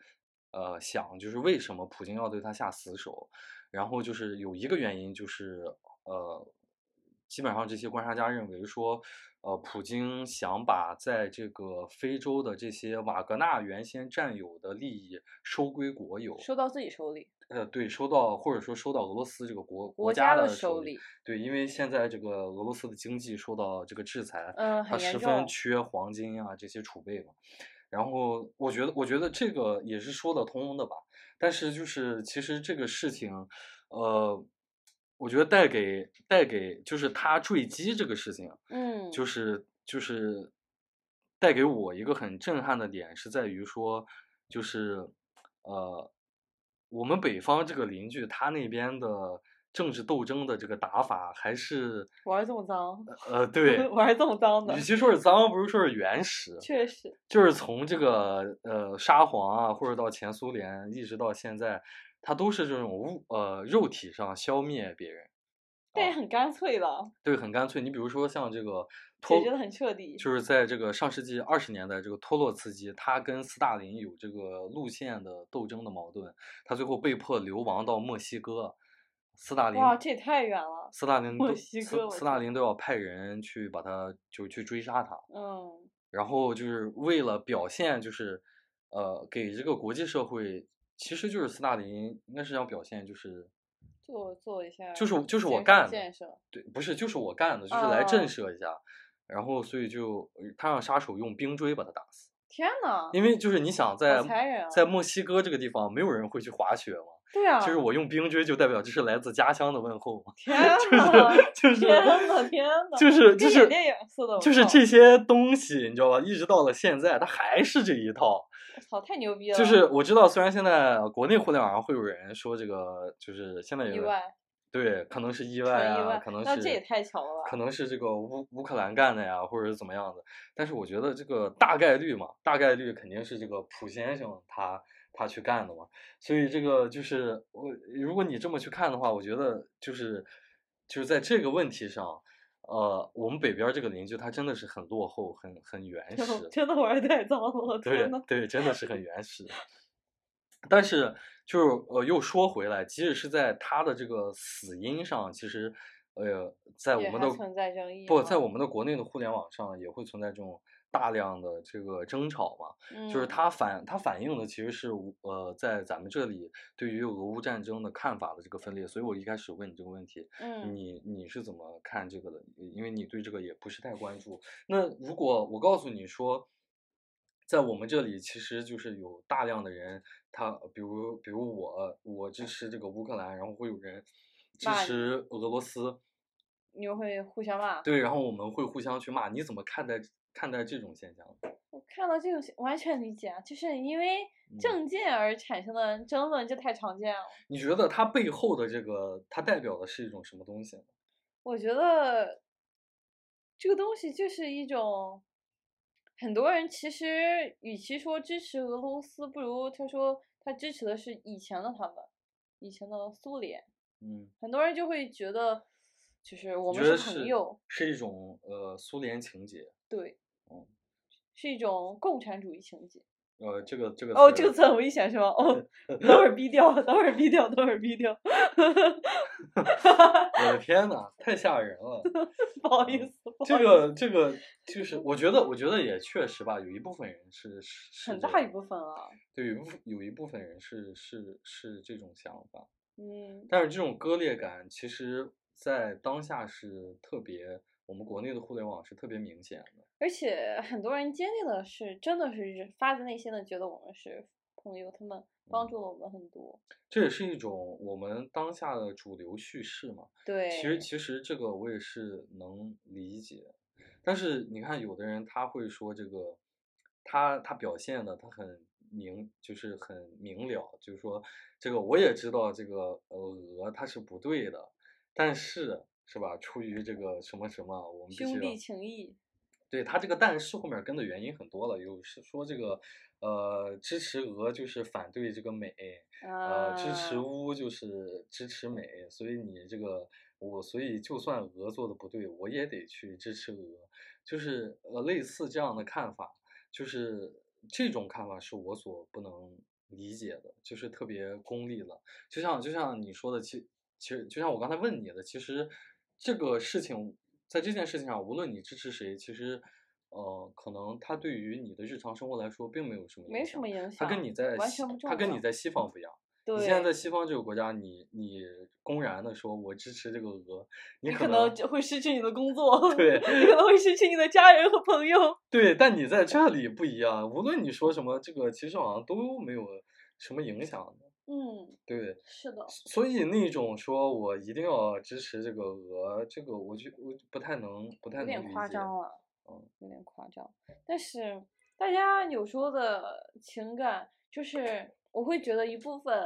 呃想，就是为什么普京要对他下死手，然后就是有一个原因就是呃。基本上这些观察家认为说，呃，普京想把在这个非洲的这些瓦格纳原先占有的利益收归国有，
收到自己手里，
呃，对，收到或者说收到俄罗斯这个国
国
家
的
手
里。
对，因为现在这个俄罗斯的经济受到这个制裁，
嗯，
它
很严
十
重。
分缺黄金啊这些储备嘛。然后我觉得，我觉得这个也是说得通的吧。但是就是其实这个事情，呃，我觉得带给带给就是他坠机这个事情，
嗯，
就是就是带给我一个很震撼的点是在于说，就是呃，我们北方这个邻居他那边的政治斗争的这个打法还是
玩儿这么脏，
呃
，
对
玩儿这么脏的
与，其说是脏，不如说是原始，
确实，
就是从这个呃沙皇啊，或者到前苏联，一直到现在，它都是这种物呃肉体上消灭别人，
但也
啊
很干脆了，
对，很干脆。你比如说像这个
解
托
决的很彻底。
就是在这个上世纪二十年代，这个托洛茨基他跟斯大林有这个路线的斗争的矛盾，他最后被迫流亡到墨西哥。斯大林
哇，这也太远了，
斯大林
墨
都
西
斯
哥我
斯大
天
林都要派人去把他就是去追杀他，
嗯，
然后就是为了表现就是呃给这个国际社会，其实就是斯大林应该是想表现就是
做做一下，
就是就是我
健康
干的
建设，
对，不是就是我干的，就是来震
哦
慑一下，然后所以就他让杀手用冰锥把他打死。
天呐，
因为就是你想在
好残忍啊
在墨西哥这个地方，没有人会去滑雪嘛，
对啊，
就是我用冰锥就代表这是来自家乡的问候嘛，
天呐，
就是
天呐，天呐，
就是就
跟
是
演电影似的，我
就是
靠
这，些东西，你知道吧？一直到了现在，它还是这一套。
我操，太牛逼了，
就是我知道，虽然现在国内互联网上会有人说这个，就是现在有
意
人
外，
对，可能是意
纯
外
意
啊，
外
可能
那
是
这也太巧了吧
可能是这个乌乌克兰干的呀，或者是怎么样的。但是我觉得这个大概率嘛，大概率肯定是这个普先生他他去干的嘛。所以这个就是我，如果你这么去看的话，我觉得就是就是在这个问题上，呃，我们北边儿这个邻居他真的是很落后，很很原 始。
真的玩的太脏了， 我
对
天呐，
对，真的是很原始。但是就是呃，又说回来，即使是在他的这个死因上，其实呃，在我
也
们
还
的
存在争议
不在
哈
我们的国内的互联网上也会存在这种大量的这个争吵嘛。就是
嗯
它反它反映的其实是我呃，在咱们这里对于俄乌战争的看法的这个分裂。所以我一开始问你这个问题，
嗯，
你你是怎么看这个的？因为你对这个也不是太关注。那如果我告诉你说，在我们这里其实就是有大量的人，他比如比如我我支持这个乌克兰，然后会有人支
骂你
持俄罗斯，
你们会互相骂，
对，然后我们会互相去骂。你怎么看待看待这种现象？
我看到这个是完全理解啊，就是因为
嗯
政见而产生的争论，这太常见了。
你觉得它背后的这个，它代表的是一种什么东西呢？
我觉得这个东西就是一种，很多人其实与其说支持俄罗斯，不如他说他支持的是以前的他们，以前的苏联。
嗯，
很多人就会觉得，就是我
我
们是朋友，
是一种呃苏联情节，
对
嗯，
是一种共产主义情节。
呃，这个这个
哦，
词
这个
儿
词很危险是吗？ 哦，等会儿逼掉，等会儿逼掉，等会儿逼掉，
我的天呐，太吓人了！
不好意思，不
这
好意
个这个就是，我觉得我觉得也确实吧，有一部分人是是
思很
这
大一
样
部分啊。
对，有一部分有一部分人是是是这种想法，
嗯，
但是这种割裂感其实，在当下是特别，我们国内的互联网是特别明显的。
而且很多人经历的是，真的是发自内心的觉得我们是朋友，他们
嗯
帮助了我们很多。
这也是一种我们当下的主流叙事嘛。
对，
其实其实这个我也是能理解，但是你看有的人他会说这个，他他表现的他很明，就是很明了，就是说这个我也知道这个呃俄他是不对的，但是是吧？出于这个什么什么，我们必须
兄
要
弟情谊，
对他这个但是后面跟的原因很多了，有是说这个呃支持俄就是反对这个美，呃
啊，
支持乌就是支持美，所以你这个我所以就算俄做的不对，我也得去支持俄，就是呃类似这样的看法，就是这种看法是我所不能理解的，就是特别功利了。就像就像你说的，其其实就像我刚才问你的，其实这个事情，在这件事情上，无论你支持谁，其实呃，可能它对于你的日常生活来说并没有什么影响，
没什么影
它
响，
跟你在
完
西
全不重
它跟
要
你在西方不一样。
对，
你现在在西方这个国家，你你公然的说我支持这个俄，你
你可
能
能就会失去你的 工作，
对
你可能会失去你的家人和朋友。
对，但你在这里不一样，无论你说什么，这个其实好像都没有什么影响的，
嗯，
对。
是的，
所以那种说我一定要支持这个俄，这个我就我不太能不太
有
能
点
理
夸
解
张哦了，
嗯，
有点夸张。但是大家有时候的情感，就是我会觉得一部分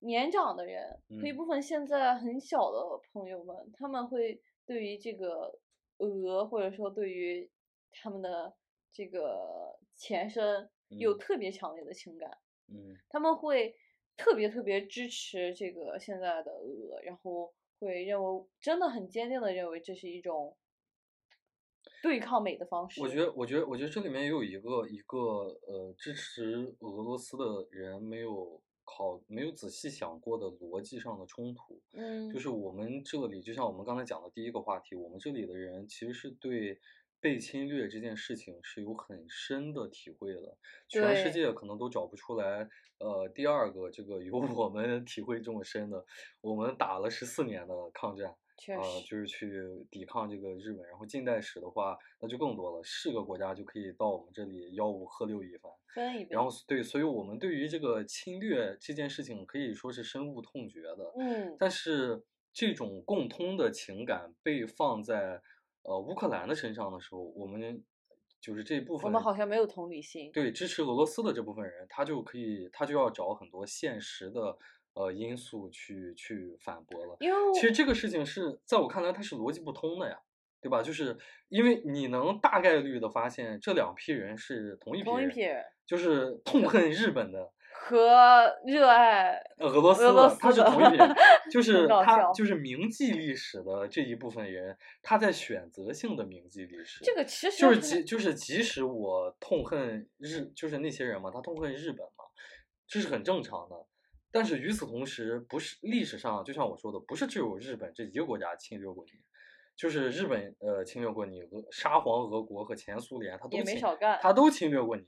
年长的人和一
嗯
部分现在很小的朋友们，他们会对于这个俄，或者说对于他们的这个前身有
嗯
特别强烈的情感。
嗯
他们会特别特别支持这个现在的俄，然后会认为真的很坚定的认为这是一种对抗美的方式。
我觉得，我觉得，我觉得这里面也有一个一个呃，支持俄罗斯的人没有考没有仔细想过的逻辑上的冲突，
嗯，
就是我们这里就像我们刚才讲的第一个话题，我们这里的人其实是对被侵略这件事情是有很深的体会的，全世
对
界可能都找不出来呃第二个这个有我们体会这么深的，我们打了十四年的抗战。
确
啊、
实，
就是去抵抗这个日本。然后近代史的话，那就更多了，是个国家就可以到我们这里吆五喝六一番。
分一杯。
然后对，所以我们对于这个侵略这件事情可以说是深恶痛绝的。
嗯，
但是这种共通的情感被放在呃乌克兰的身上的时候，我们就是这部
我
分
们好像没有同理心。
对支持俄罗斯的这部分人，他就可以他就要找很多现实的呃因素去去反驳了。
因为
其实这个事情是在我看来，它是逻辑不通的呀，对吧？就是因为你能大概率的发现这两批人是同一批
同一
人，
批人
就是痛恨日本的
和热爱
呃俄罗斯
俄罗
的，他
斯
是
的，
同一批人 就是
很搞
他
笑
就是铭记历史的这一部分人，他在选择性的铭记历史。
这个，其实
就是
很
即就是即使我痛恨日，就是那些人嘛，他痛恨日本嘛，这是很正常的。但是与此同时，不是历史上，就像我说的，不是只有日本这一个国家侵略过你，就是日本呃侵略过你，俄沙皇俄国和前苏联，他都
也没
侵
少干。
他都侵略过你。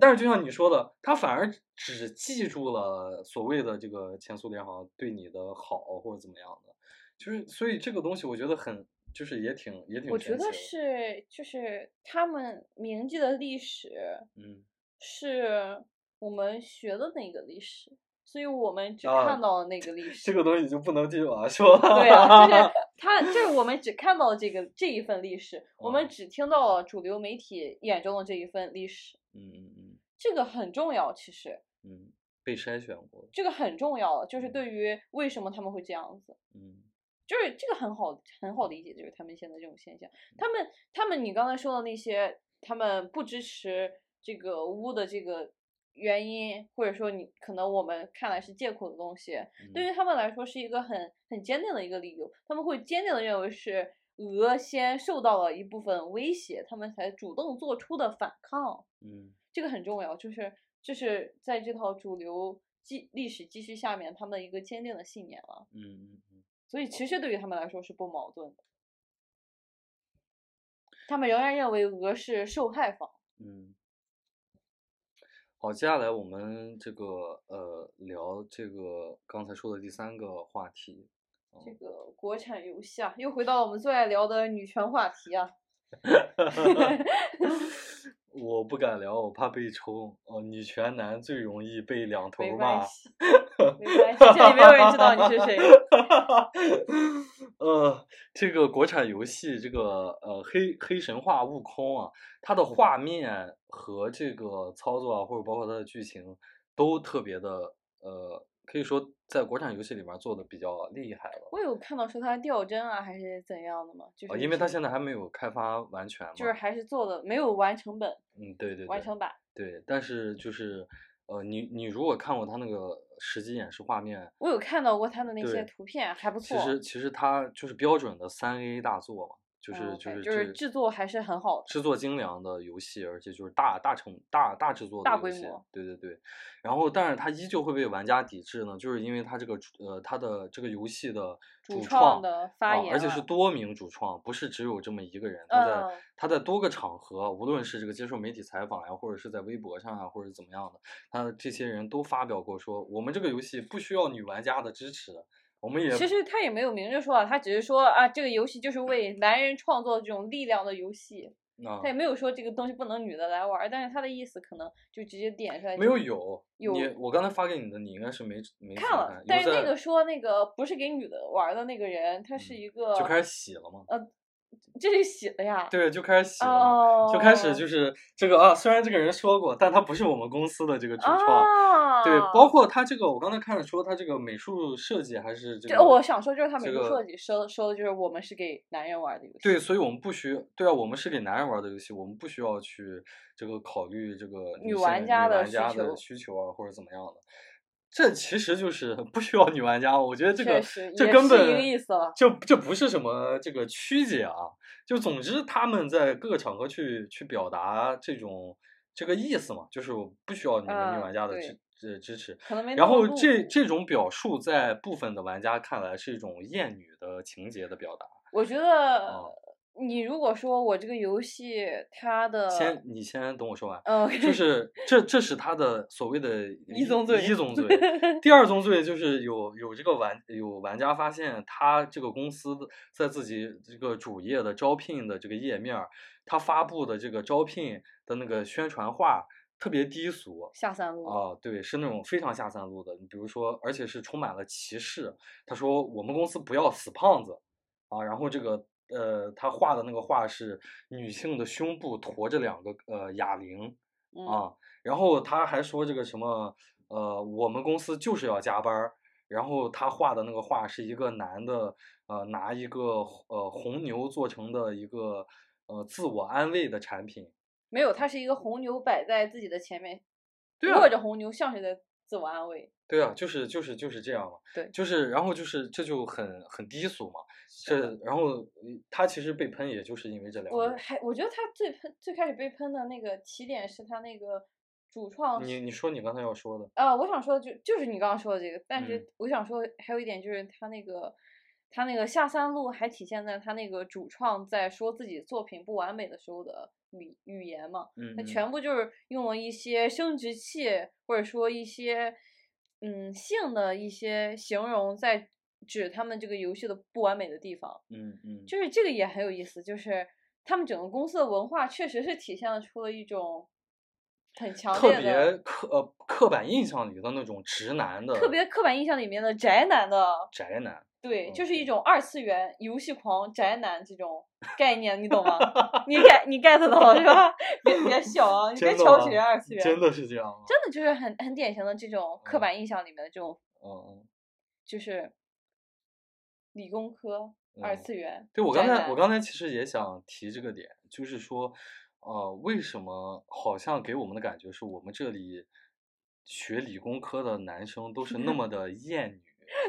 但是就像你说的，他反而只记住了所谓的这个前苏联好像对你的好或者怎么样的，就是所以这个东西我觉得很就是也挺也挺
我觉
神
得
奇
是，就是他们铭记的历史，
的嗯。
是我们学的那个历史，所以我们只
啊
看到了那个历史。
这个东西就不能继续往下说了。
对啊，就是他，就是我们只看到了这个这一份历史，
嗯
我们只听到了主流媒体眼中的这一份历史，
嗯 嗯嗯
这个很重要。其实
嗯，被筛选过，
这个很重要，就是
嗯
对于为什么他们会这样子，
嗯
就是这个很好很好理解，就是他们现在这种现象。他们他们你刚才说的那些，他们不支持这个乌的这个原因，或者说你可能我们看来是借口的东西，
嗯
对于他们来说是一个很很坚定的一个理由，他们会坚定的认为是俄先受到了一部分威胁，他们才主动做出的反抗，
嗯
这个很重要，就是这是在这套主流记历史记叙下面他们的一个坚定的信念了，
嗯嗯嗯，
所以其实对于他们来说是不矛盾的，他们仍然认为俄是受害方，
嗯。好，接下来我们这个呃聊这个刚才说的第三个话题，
这
嗯
个国产游戏啊，又回到我们最爱聊的女权话题啊，
我不敢聊，我怕被冲。哦，女权男最容易被两头
没关
骂。
系，没关系，这里没有人知道你是谁。
呃，这个国产游戏，这个呃黑黑神话悟空啊，它的画面和这个操作啊，或者包括它的剧情，都特别的呃可以说在国产游戏里面做的比较厉害了。
我有看到说它掉帧啊，还是怎样的嘛？就是、
啊，因为它现在还没有开发完全嘛。
就是还是做的没有完成本。
嗯，对对对。
完成版。
对，但是
嗯
就是呃，你你如果看过它那个实际演示画面，
我有看到过它的那些
对
图片，还不
其
错。
实其实它就是标准的三 A 大作嘛，就是、
嗯
就
OK，
是
就是
这
制作还是很好的
制作精良的游戏，而且就是大大成大大制作的
大
游
规
戏
模，
对对对。然后，但是它依旧会被玩家抵制呢，就是因为它这个主呃它的这个游戏的
主
创
的发
啊
言、
而且是多名主创，不是只有这么一个人。他在、
嗯
他在多个场合，无论是这个接受媒体采访呀，或者是在微博上啊，或者怎么样的，他这些人都发表过说，我们这个游戏不需要女玩家的支持，我们也
其实他也没有明着说啊，他只是说啊，这个游戏就是为男人创作这种力量的游戏，
啊
他也没有说这个东西不能女的来玩儿，但是他的意思可能就直接点出来。
没有有
有
你我刚才发给你的，你应该是没没怎么
看了
看，
但
有
是那
在
个说那个不是给女的玩儿的那个人，他是
嗯
一个，
就开始洗了嘛，
这是写的呀，
对，就开始洗了嘛。
呃哦，
就开始就是这个啊，虽然这个人说过，但他不是我们公司的这个主创，
啊，
对，包括他这个，我刚才看了说他这个美术设计还是这
对，哦
个，
我想说就是他美
这
术
个
设计说的说的就是我们是给男人玩儿的游戏，
对，所以我们不需对啊，我们是给男人玩的游戏，我们不需要去这个考虑这个
女
性
玩
女
家的
玩
需
家的
求
需求啊，或者怎么样的。这其实就是不需要女玩家，我觉得这
确
个
实
这
也
根
是
本
一个意思了
这这不是什么这个曲解啊，就总之他们在各个场合去去表达这种这个意思嘛，就是我不需要你们女
嗯
玩家的
对
支支呃支持，
可能没那
然
么
后
露
这
骨
这种表述在部分的玩家看来是一种厌女的情节的表达。啊
我觉
哦
得你如果说我这个游戏它的，
先你先等我 说完，
嗯，
就是这这是他的所谓的
一宗罪
一宗 罪。第二宗罪就是有有这个玩有玩家发现他这个公司的在自己这个主页的招聘的这个页面儿，他发布的这个招聘的那个宣传画特别低俗，
下三路，
啊，对，是那种非常下三路的。你比如说，而且是充满了歧视。他说我们公司不要死胖子啊，然后这个呃，他画的那个画是女性的胸部驮着两个呃哑铃
嗯，
啊，然后他还说这个什么呃，我们公司就是要加班儿。然后他画的那个画是一个男的，呃，拿一个呃红牛做成的一个呃自我安慰的产品，
没有，它是一个红牛摆在自己的前面，
对啊
握着红牛像是在自我安慰，
对啊，就是就是就是这样嘛。
对
就是然后就是这就很很低俗嘛。
是
这然后嗯他其实被喷，也就是因为这两
我
个。
还我觉得他最喷最开始被喷的那个起点是他那个主创
你你说你刚才要说的，
呃，我想说的就就是你刚刚说的这个，但
嗯
是我想说还有一点就是他那个，他那个下三路还体现在他那个主创在说自己作品不完美的时候的语语言嘛，
嗯，
那
嗯
全部就是用了一些生殖器或者说一些嗯性的一些形容在指他们这个游戏的不完美的地方，
嗯嗯，
就是这个也很有意思，就是他们整个公司的文化确实是体现了出了一种很强
特
烈的。
别刻呃刻板印象里的那种直男的
特别刻板印象里面的宅男的，
宅男。
对，就
嗯
是一
对
种二次元游戏狂宅男这种概念，你懂吗？你 get 你 get 到是吧？别别笑啊，你别
真的
瞧
吗
不起人二次元，
真的是这样吗？
真的就是很很典型的这种刻
嗯
板印象里面的这种，
嗯嗯。
就是理工科二
嗯
次元。
对，我刚
宅
才我
男
刚才其实也想提这个点，就是说，呃，为什么好像给我们的感觉是我们这里学理工科的男生都是那么 的厌女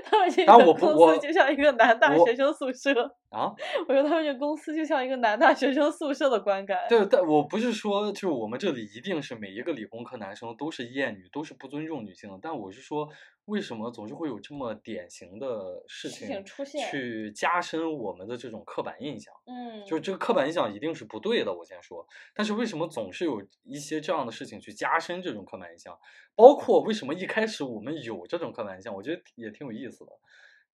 他们这
但
个
我不
公
我
司就像一个男大
我
学生宿舍，
啊？
我说他们这公司就像一个男大学生宿舍的观感。
对，但我不是说，就我们这里一定是每一个理工科男生都是厌女，都是不尊重女性的。但我是说，为什么总是会有这么典型的事
事
情
情出现
去加深我们的这种刻板印象？
嗯，
就是这个刻板印象一定是不对的，我先说。但是为什么总是有一些这样的事情去加深这种刻板印象？包括为什么一开始我们有这种刻板印象，我觉得也挺有意思的。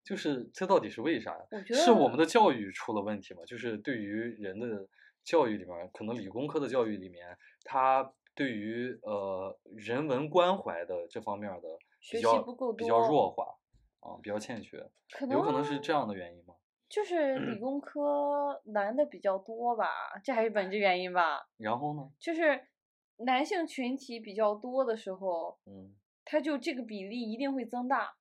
就是这到底是为啥呀？
我觉得
是我们的教育出了问题吗？就是对于人的教育里面儿，可能理工科的教育里面，它对于呃人文关怀的这方面儿的比
学习
较
不够
比较
多
弱化啊，比较欠缺，
可能
有可能是这嗯样的原因吗？
就是理工科男的比较多吧，这还是本质原因吧。
然后呢？
就是男性群体比较多的时候，
嗯，
它就这个比例一定会增大。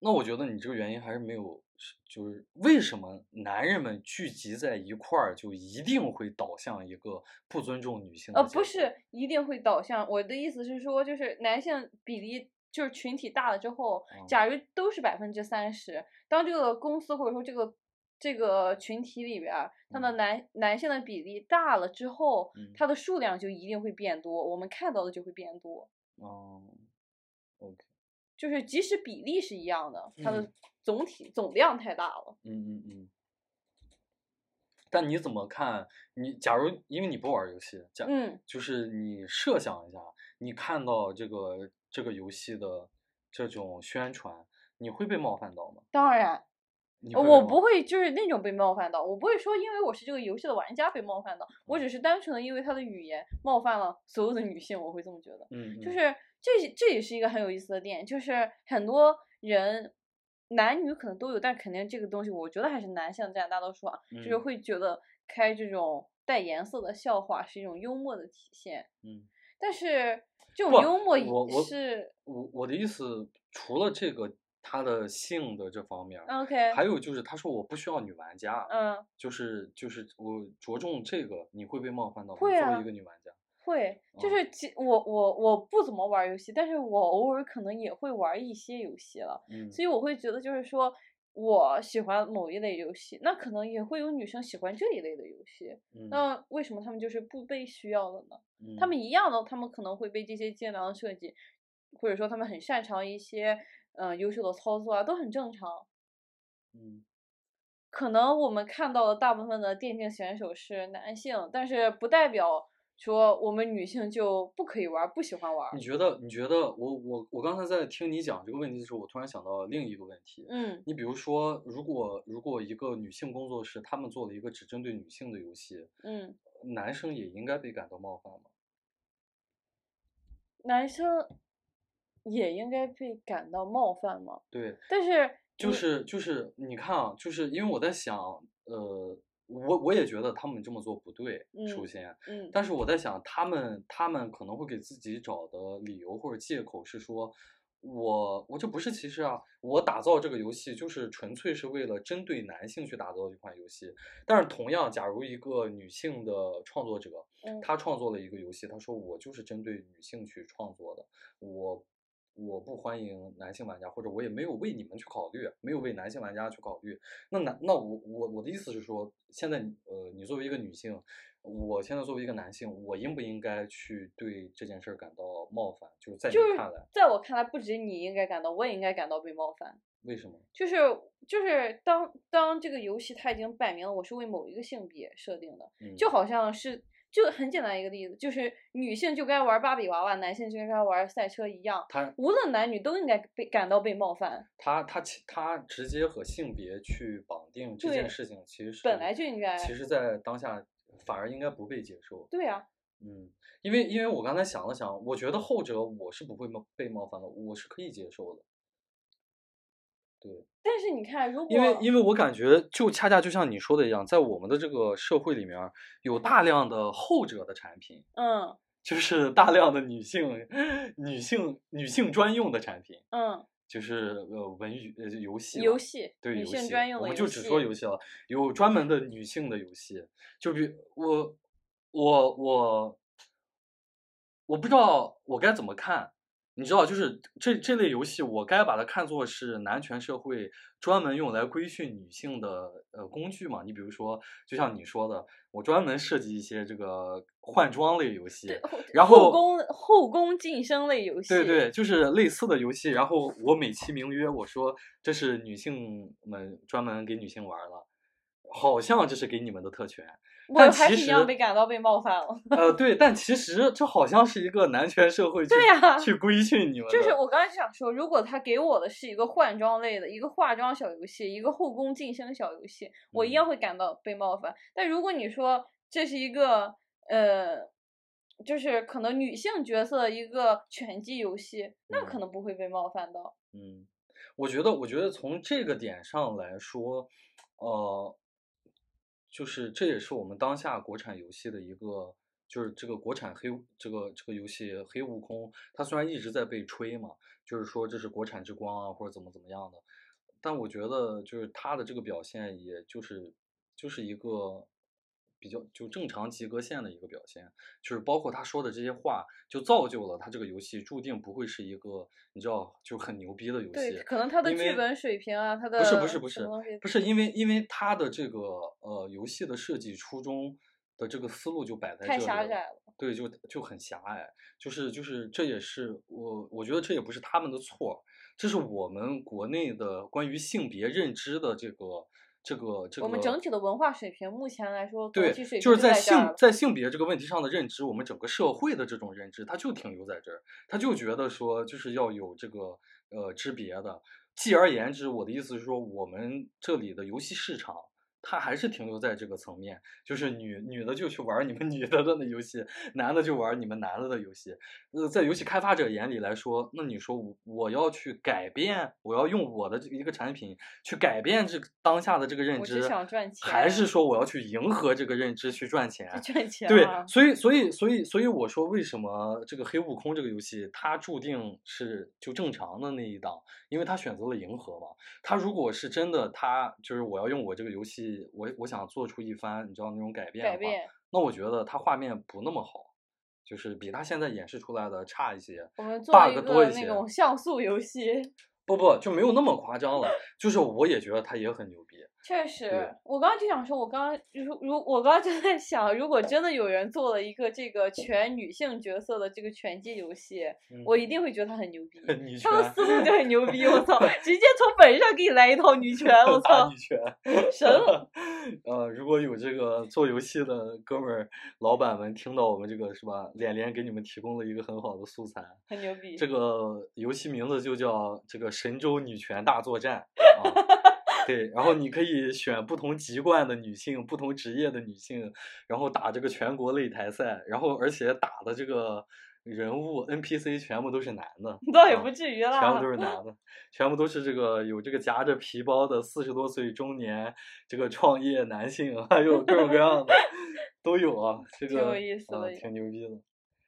那我觉得你这个原因还是没有，是就是为什么男人们聚集在一块儿就一定会导向一个不尊重女性的
呃，
结
不
果
是一定会导向。我的意思是说，就是男性比例就是群体大了之
哦
后，假如都是百分之三十，当这个公司或者说这个这个群体里边儿，他的
嗯
男、男性的比例大了之后，
嗯
它的数量就一定会变多，我们看到的就会变多。
哦，OK，
就是即使比例是一样的，它的
嗯
总体、总量太大了。
嗯嗯嗯。但你怎么看？你假如因为你不玩儿游戏，假
嗯，
就是你设想一下，你看到这个这个游戏的这种宣传，你会被冒犯到吗？
当然，
你会被
呃我
冒
不会就是那种被冒犯到，我不会说因为我是这个游戏的玩家被冒犯到，
嗯
我只是单纯的因为他的语言冒犯了所有的女性，我会这么觉得。
嗯，
就
嗯
是这这也是一个很有意思的点，就是很多人男女可能都有，但肯定这个东西我觉得还是男性占大多数啊，就是
嗯
会觉得开这种带颜色的笑话是一种幽默的体现，
嗯。
但是这
不
种幽默也
我我
是
嗯我我的意思，除了这个他的性的这方面儿，
OK，
还有就是他说我不需要女玩家，
嗯
就是就是我着重这个，你会被冒犯到吗？
会
作
啊
为一个女玩家，
会，就
哦
是其我我我不怎么玩儿游戏，但是我偶尔可能也会玩儿一些游戏了，
嗯
所以我会觉得就是说，我喜欢某一类游戏，那可能也会有女生喜欢这一类的游戏，
嗯，
那为什么她们就是不被需要了呢？
嗯
她呃们一样的，她们可能会被这些精良的设计，或者说她们很擅长一些呃优秀的操作啊，都很正常。
嗯
可能我们看到的大部分的电竞选手是男性，但是不代表说我们女性就不可以玩儿、不喜欢玩儿
你。觉得你觉得我我我刚才在听你讲这个问题的时候，我突然想到另一个问题。
嗯
你比如说，如果如果一个女性工作室他们做了一个只针对女性的游戏，
嗯，
男生也应该被感到冒犯吗？
男生也应该被感到冒犯吗？
对，
但是
就
你
是就是，你看啊，就是因为我在想，呃，我我也觉得他们这么做不对，首
嗯
先，
嗯
但是我在想，他们他们可能会给自己找的理由或者借口是说，我我这不是歧视啊，我打造这个游戏就是纯粹是为了针对男性去打造一款游戏。但是同样，假如一个女性的创作者，
嗯
她创作了一个游戏，她说我就是针对女性去创作的，我我不欢迎男性玩家，或者我也没有为你们去考虑，没有为男性玩家去考虑。那男那我我我的意思是说，现在你呃，你作为一个女性，我现在作为一个男性，我应不应该去对这件事儿感到冒犯？就是在你
就是
看来，
在我看来，不止你应该感到，我也应该感到被冒犯。
为什么？
就是就是当当这个游戏它已经摆明了我是为某一个性别设定的，
嗯，
就好像是就很简单一个例子，就是女性就该玩芭比娃娃，男性就该玩赛车一样，
他
无论男女都应该被感到被冒犯，
他他其他直接和性别去绑定这
对
件事情，其实
本来就应该。
其实，在当下反而应该不被接受。
对啊，
嗯，因为因为我刚才想了想，我觉得后者我是不会冒被冒犯的，我是可以接受的。对，
但是你看，如果
因为因为我感觉就恰恰就像你说的一样，在我们的这个社会里面儿，有大量的后者的产品，
嗯
就是大量的女性、女性、女性专用的产品，
嗯，
就是呃文娱呃游戏
游
嘛
戏，
对
女
游戏，
性专用
我
的游
们
戏，
就只说游戏了。有专门的女性的游戏，就比我我我我不知道我该怎么看。你知道，就是这这类游戏，我该把它看作是男权社会专门用来规训女性的呃工具嘛？你比如说，就像你说的，我专门设计一些这个换装类游戏，
对，后
然
后
后
宫后宫晋升类游戏，
对对，就是类似的游戏。然后我美其名曰我说这是女性们专门给女性玩儿了，好像这是给你们的特权。
我
但
还
其
是一
实
样被感到被冒犯了。
呃，对，但其实这好像是一个男权社会去
对呀
去规训你们的。
就是我刚才就想说，如果他给我的是一个换装类的、一个化妆小游戏、一个后宫晋升小游戏，我一样嗯会感到被冒犯。但如果你说这是一个呃，就是可能女性角色的一个拳击游戏，那可
嗯
能不会被冒犯到。
嗯，我觉得，我觉得从这个点上来说，呃，就是这也是我们当下国产游戏的一个就是这个国产黑这个这个游戏《黑悟空》，它虽然一直在被吹嘛，就是说这是国产之光啊，或者怎么怎么样的，但我觉得就是它的这个表现，也就是就是一个比较就正常及格线的一个表现，就是包括他说的这些话，就造就了他这个游戏注定不会是一个你知道就很牛逼的游
对，
戏。
可能他的
因为
剧本水平啊，他的
不是不是不是
什么东西
不是因为因为它的这个呃游戏的设计初衷的这个思路就摆在这
太
里
狭
了
窄了，
对，就就很狭隘，就是就是，这也是我我觉得这也不是他们的错，这是我们国内的关于性别认知的这个这个这个，
我们整体的文化水平目前来说，
对
国际水，平
就是
在
在
这儿
性
了。
在性别这个问题上的认知，我们整个社会的这种认知，它就停留在这儿，他就觉得说就是要有这个呃知别的。继而言之，我的意思是说，我们这里的游戏市场。它还是停留在这个层面，就是女女的就去玩你们女 的的游戏，男的就玩你们男的的游戏。呃，在游戏开发者眼里来说，那你说我我要去改变，我要用我的这一个产品去改变这个当下的这个认
我
知，
只想赚钱，
还是说我要去迎合这个认知去赚钱？
去 赚钱、
对
啊？，
所以所以所以所以我说，为什么这个黑悟空这个游戏它注定是就正常的那一档？因为它选择了迎合嘛。它如果是真的，它就是我要用我这个游戏，我我想做出一番你知道那种改变的话，
改变
那我觉得它画面不那么好，就是比它现在演示出来的差一些。
我们做
bug
一
多
个
一
那
些
种像素游戏，
不不，就没有那么夸张了。就是我也觉得它也很牛逼。
确实
对，，
我刚刚就想说，我刚刚如如我刚刚就在想，如果真的有人做了一个这个全女性角色的这个拳击游戏，我一定会觉得他很牛逼
女
他的
权
思路就很牛逼，我 操，直接从本上给你来一套女权，我
打
操
女，权。
神了！
呃，如果有这个做游戏的哥们儿、老板们听到我们这个是吧？脸脸给你们提供了一个很好的素材。
很牛逼。，
这个游戏名字就叫这个神州女权大作战啊。对，然后你可以选不同籍贯的女性、不同职业的女性，然后打这个全国擂台赛，然后而且打的这个人物 NPC 全部都是男的
倒也
啊
不至于
全部都
啦，
是男的，全部都是这个有这个夹着皮包的四十多岁中年这个创业男性，还 有各种各样的都有啊，这
挺
个
有意思
啊
的
挺牛逼的。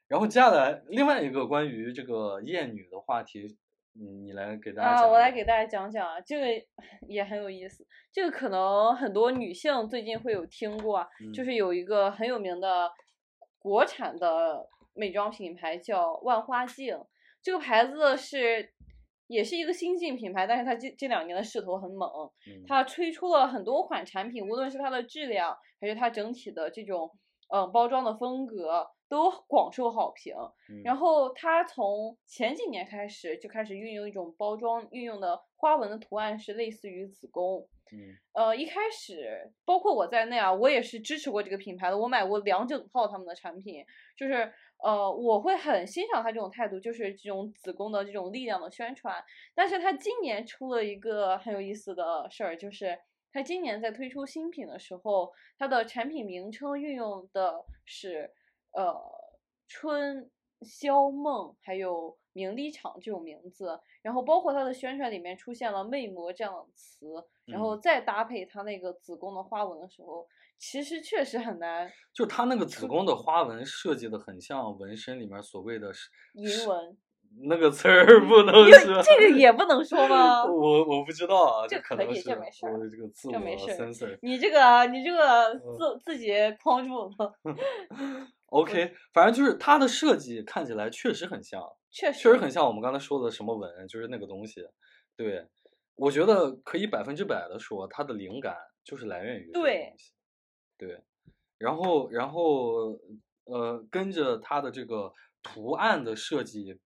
然后接下来另外一个关于这个厌女的话题，你你来给大家
啊，
讲
我来
讲
给大家讲讲啊，这个 也很有意思。这个可能很多女性最近会有听过啊，就
嗯
是有一个很有名的国产的美妆品牌叫万花镜，这个牌子是也是一个新晋品牌，但是它这这两年的势头很猛，
嗯
它推出了很多款产品，无论是它的质量还是它整体的这种嗯、呃包装的风格，都广受好评。
嗯
然后它从前几年开始就开始运用一种包装，运用的花纹的图案是类似于子宫。
嗯
呃，一开始包括我在内啊，我也是支持过这个品牌的，我买过两整套他们的产品，就是呃，我会很欣赏他这种态度，就是这种子宫的这种力量的宣传。但是他今年出了一个很有意思的事儿，就是他今年在推出新品的时候，它的产品名称运用的是呃春宵梦，还有名利场这种名字，然后包括它的宣传里面出现了魅魔这样的词，然后
嗯
再搭配它那个子宫的花纹的时候，其实确实很难
就它那个子宫的花纹设计的很像纹身里面所谓的是
淫文，
那个词儿不能
嗯因为
说，
这个也不能说 吗？
我我不知道啊，
这
可
可
能
以
是
这没事儿
我的这个自我
这没事儿
censor。
你这个，啊你这个
嗯
自自己框住了，
OK，反正就是它的设计看起来确实很像，
确实
确实很像我们刚才说的什么文，就是那个东西。对，我觉得可以百分之百的说，它的灵感就是来源于这个
对
东西。对，然后然后呃，跟着它的这个图案的设计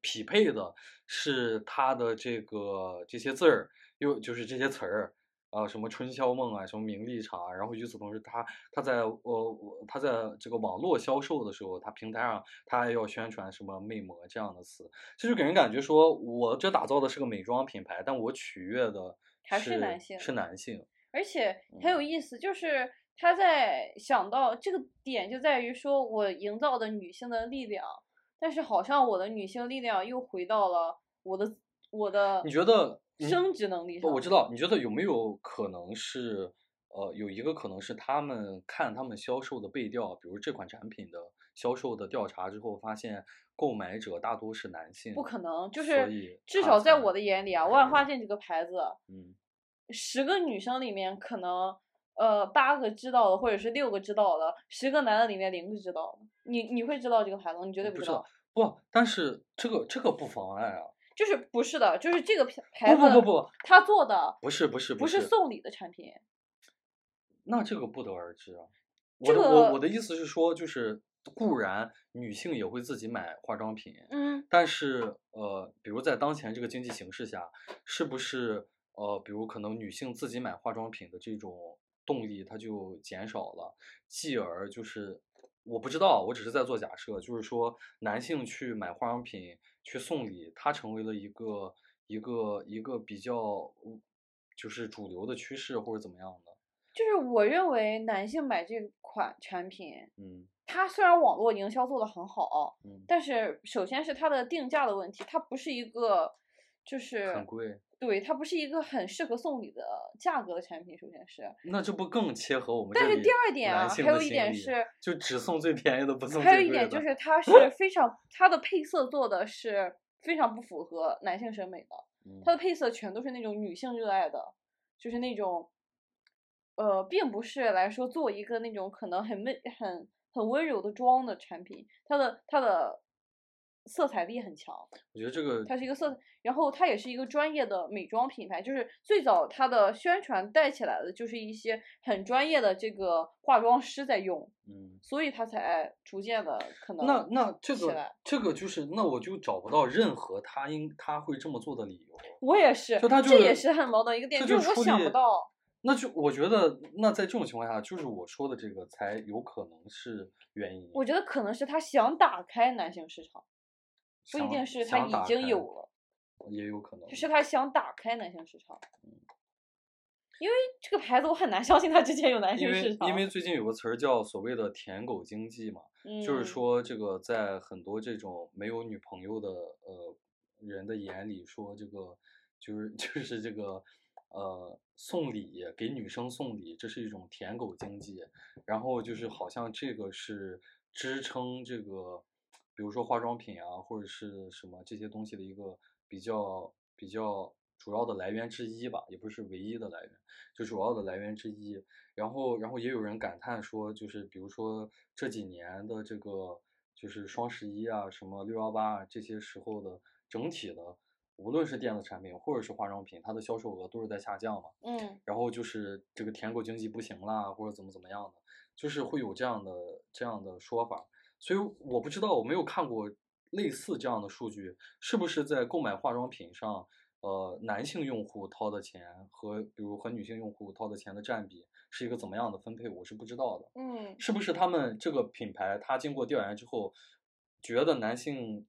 匹配的是它的这个这些字儿，又就是这些词儿。啊，什么春宵梦啊，什么名利场啊，然后与此同时，它它在呃我它在这个网络销售的时候，它平台上它还要宣传什么魅魔这样的词，这就给人感觉说我这打造的是个美妆品牌，但我取悦的
还是
是
男性
是男性，
而且
嗯
很有意思，就是他在想到这个点就在于说我营造的女性的力量，但是好像我的女性力量又回到了我的我的
你觉得你
生殖能力
不，
呃上，
我知道，你觉得有没有可能是，呃，有一个可能是他们看他们销售的背调，比如这款产品的销售的调查之后，发现购买者大多是男性。
不可能，就
所
是
以
至
他
少在
才
我的眼里啊，万花镜这个牌子，
嗯，
十个女生里面可能呃八个知道的，或者是六个知道的，十个男的里面零个知道的。你你会知道这个牌子吗？你绝对
嗯不
知
知
道。
道不，但是这个这个不妨碍啊。
就是不是的，就是这个牌牌
不
子，
不不不，
他做的
不是不是
不
是
是送礼的产品。
那这个不得而知啊。
这
我的我
个
我的意思是说，就是固然女性也会自己买化妆品，
嗯，
但是呃，比如在当前这个经济形势下，是不是呃，比如可能女性自己买化妆品的这种动力它就减少了，继而就是我不知道，我只是在做假设，就是说男性去买化妆品去送礼，它成为了一个一个一个比较就是主流的趋势或者怎么样的，
就是我认为男性买这款产品，
嗯
它虽然网络营销做的很好，
嗯，
但是首先是它的定价的问题，它不是一个就是
很贵，
对，它不是一个很适合送礼的价格的产品，首先是。
那这不更切合我们这
但是
里
第二点
男
啊，
性
还
的
有一
心
点
理
是，
就只送最便宜的，不送
还有
最
一
贵
点
的
就是 它是非常它的配色做的是非常不符合男性审美的。
嗯
它的配色全都是那种女性热爱的，就是那种，呃，并不是来说做一个那种可能很温很很温柔的妆的产品，它的它的色彩力很强，
我觉得这个
它是一个色，然后它也是一个专业的美妆品牌，就是最早它的宣传带起来的就是一些很专业的这个化妆师在用，
嗯，
所以它才逐渐的可能
那那这
起
个
来
这个就是，那我就找不到任何他应他会这么做的理由。
我也是，
就它就
这也
是
是很矛盾一个点，
这
就
就是
我
出
想
力
不到，
那就我觉得，那在这种情况下，就是我说的这个才有可能是原因。
我觉得可能是他想打开男性市场。不一
想
定是他
想
已
打
经
开
有了，
也有可能。
就是他想打开男性市场。
嗯
因为这个牌子，我很难相信他之前有男
因
性
为
市场。
因为最近有个词儿叫所谓的“舔狗经济”嘛，就是
嗯，
说这个在很多这种没有女朋友的呃人的眼里，说这个就是 就是这个呃送礼给女生送礼，这是一种舔狗经济，然后就是好像这个是支撑这个，比如说化妆品啊或者是什么这些东西的一个比较比较主要的来源之一吧，也不是唯一的来源，就主要的来源之一。然后，然后也有人感叹说，就是比如说这几年的这个，就是双十一啊，什么六幺八啊，这些时候的整体的，无论是电子产品或者是化妆品，它的销售额都是在下降嘛。
嗯，
然后就是这个舔狗经济不行啦，或者怎么怎么样的，就是会有这样的这样的说法。所以我不知道，我没有看过类似这样的数据，是不是在购买化妆品上，呃，男性用户掏的钱和比如和女性用户掏的钱的占比是一个怎么样的分配，我是不知道的。
嗯，
是不是他们这个品牌，它经过调研之后，觉得男性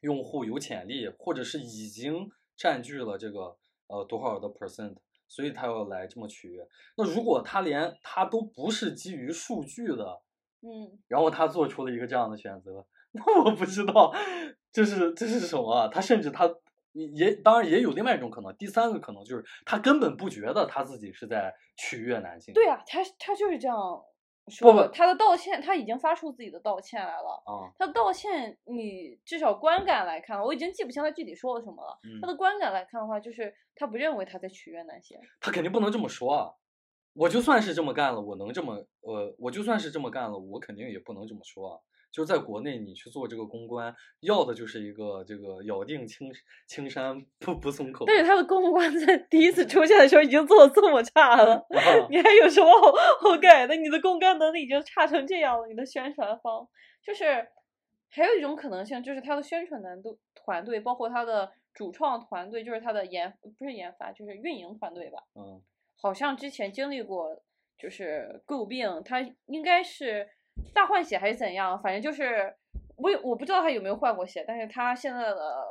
用户有潜力，或者是已经占据了这个呃多少的 percent，所以他要来这么取悦。那如果他连他都不是基于数据的，
嗯，
然后他做出了一个这样的选择， 那我不知道这是这是什么啊？他甚至他也当然也有另外一种可能，第三个可能就是他根本不觉得他自己是在取悦男性。
对啊，他他就是这样说
不
的。他的道歉，他已经发出自己的道歉来了。
啊，
他的道歉，你至少观感来看，我已经记不清他具体说了什么了。
嗯
他的观感来看的话，就是他不认为他在取悦男性。
他肯定不能这么说啊！我就算是这么干了，我能这么呃，我就算是这么干了，我肯定也不能这么说啊。就是在国内，你去做这个公关，要的就是一个这个咬定青青山不不松口。
但是他的公关在第一次出现的时候已经做的这么差了。
啊
你还有什么好好改的？你的公关能力已经差成这样了，你的宣传方就是还有一种可能性，就是他的宣传难度团队，包括他的主创团队，就是他的研不是研发，就是运营团队吧，
嗯
好像之前经历过就是诟病，他应该是大换血还是怎样，反正就是我也我不知道他有没有换过血，但是他现在的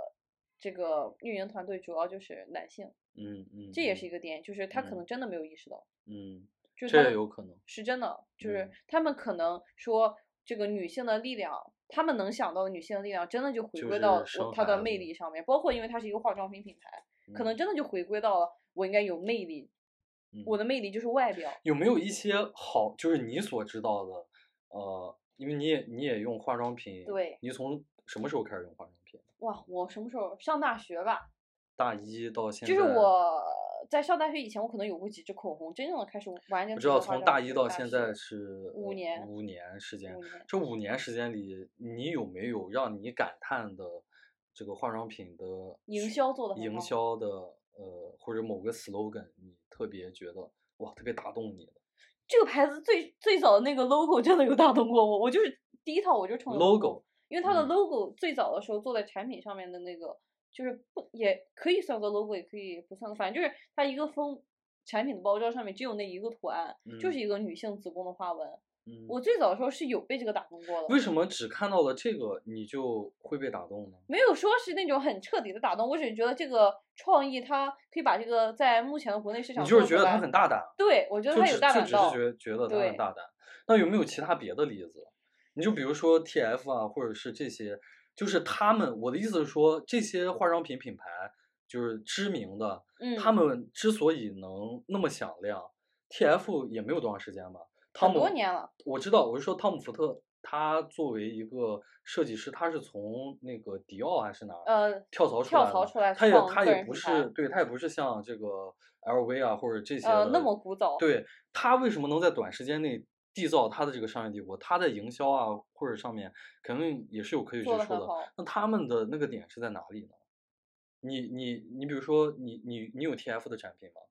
这个运营团队主要就是男性，
嗯嗯，
这也是一
个
个点，就是他可
嗯
能真的没有意识到。
嗯，
就是
这
他们
也有可能。
是真的，就是
嗯
他们可能说这个女性的力量，他们能想到的女性的力量，真的就回
就
归
是
到
生
我她的
孩
魅
子
力上面，包括因为它是一个化妆品品牌，可能
嗯
真的就回归到了我应该有魅力，我
嗯
的魅力就是外表，
有没有一些好，就是你所知道的，呃，因为你也你也用化妆品，
对，
你从什么时候开始用化妆品？
哇，我什么时候上大学吧？
大一到现在，
就是我在上大学以前，我可能有过几支口红，真正的开始完全
我知道
自己
从
化
大
妆
一
品
到
大
现
学
在是
五
呃
年
五年时间
五。年嗯
这五年时间里，你有没有让你感叹的这个化妆品的
营
渠
销做得很
营
好
销的呃，或者某个 slogan，你特别觉得哇，特别打动你的
这个牌子最最早的那个 logo 真的有打动过我，我就是第一套我就冲着
logo？
因为它的
嗯
logo 最早的时候做在产品上面的那个，就是不也可以算作 logo，也可以不算作，反正就是它一个封产品的包装上面只有那一个图案，就是
嗯
一个女性子宫的花纹。
嗯，
我最早的时候是有被这个打动过的，
为什么只看到了这个你就会被打动呢？
没有说是那种很彻底的打动，我只是觉得这个创意它可以把这个在目前的国内市场
你就是
做出
觉得
来
它很大胆，啊
对，我觉得
就
它
只
有大
就
胆
只是
到，
觉觉得它
对
很大胆。那有没有其他别的例子？你就比如说 TF 啊，或者是这些，就是他们，我的意思是说，这些化妆品品牌就是知名的，
嗯，
他们之所以能那么响亮，TF 也没有多长时间吧？汤
很
姆
多年了，
我知道，我是说汤姆福特，他作为一个设计师，他是从那个迪奥还是哪儿
呃，
跳槽出
跳
来
槽
的
出来
他也
创
他
个
也
人
不
品牌
是对他也不是像这个 LV 啊或者这些
呃，那
的
么古早，
对他为什么能在短时间内缔造他的这个商业帝国？他在营销啊或者上面肯定也是有可以之
做
处
的
的
很。好。
那他们的那个点是在哪里呢？你你你比如说你你你有 TF 的产品吗？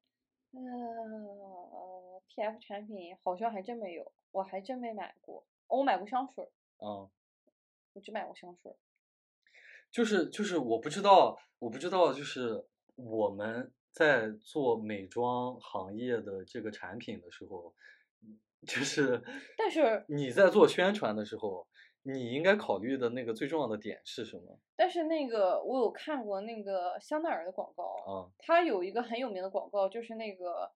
呃，TF 产品好像还真没有，我还真没买过。哦我买过香水儿，
啊、
我只买过香水儿。
就是就是我不知道我不知道就是我们在做美妆行业的这个产品的时候，就是
但是
你在做宣传的时候，你应该考虑的那个最重要的点是什么
但是那个我有看过那个香奈儿的广告，
啊？
它有一个很有名的广告，就是那个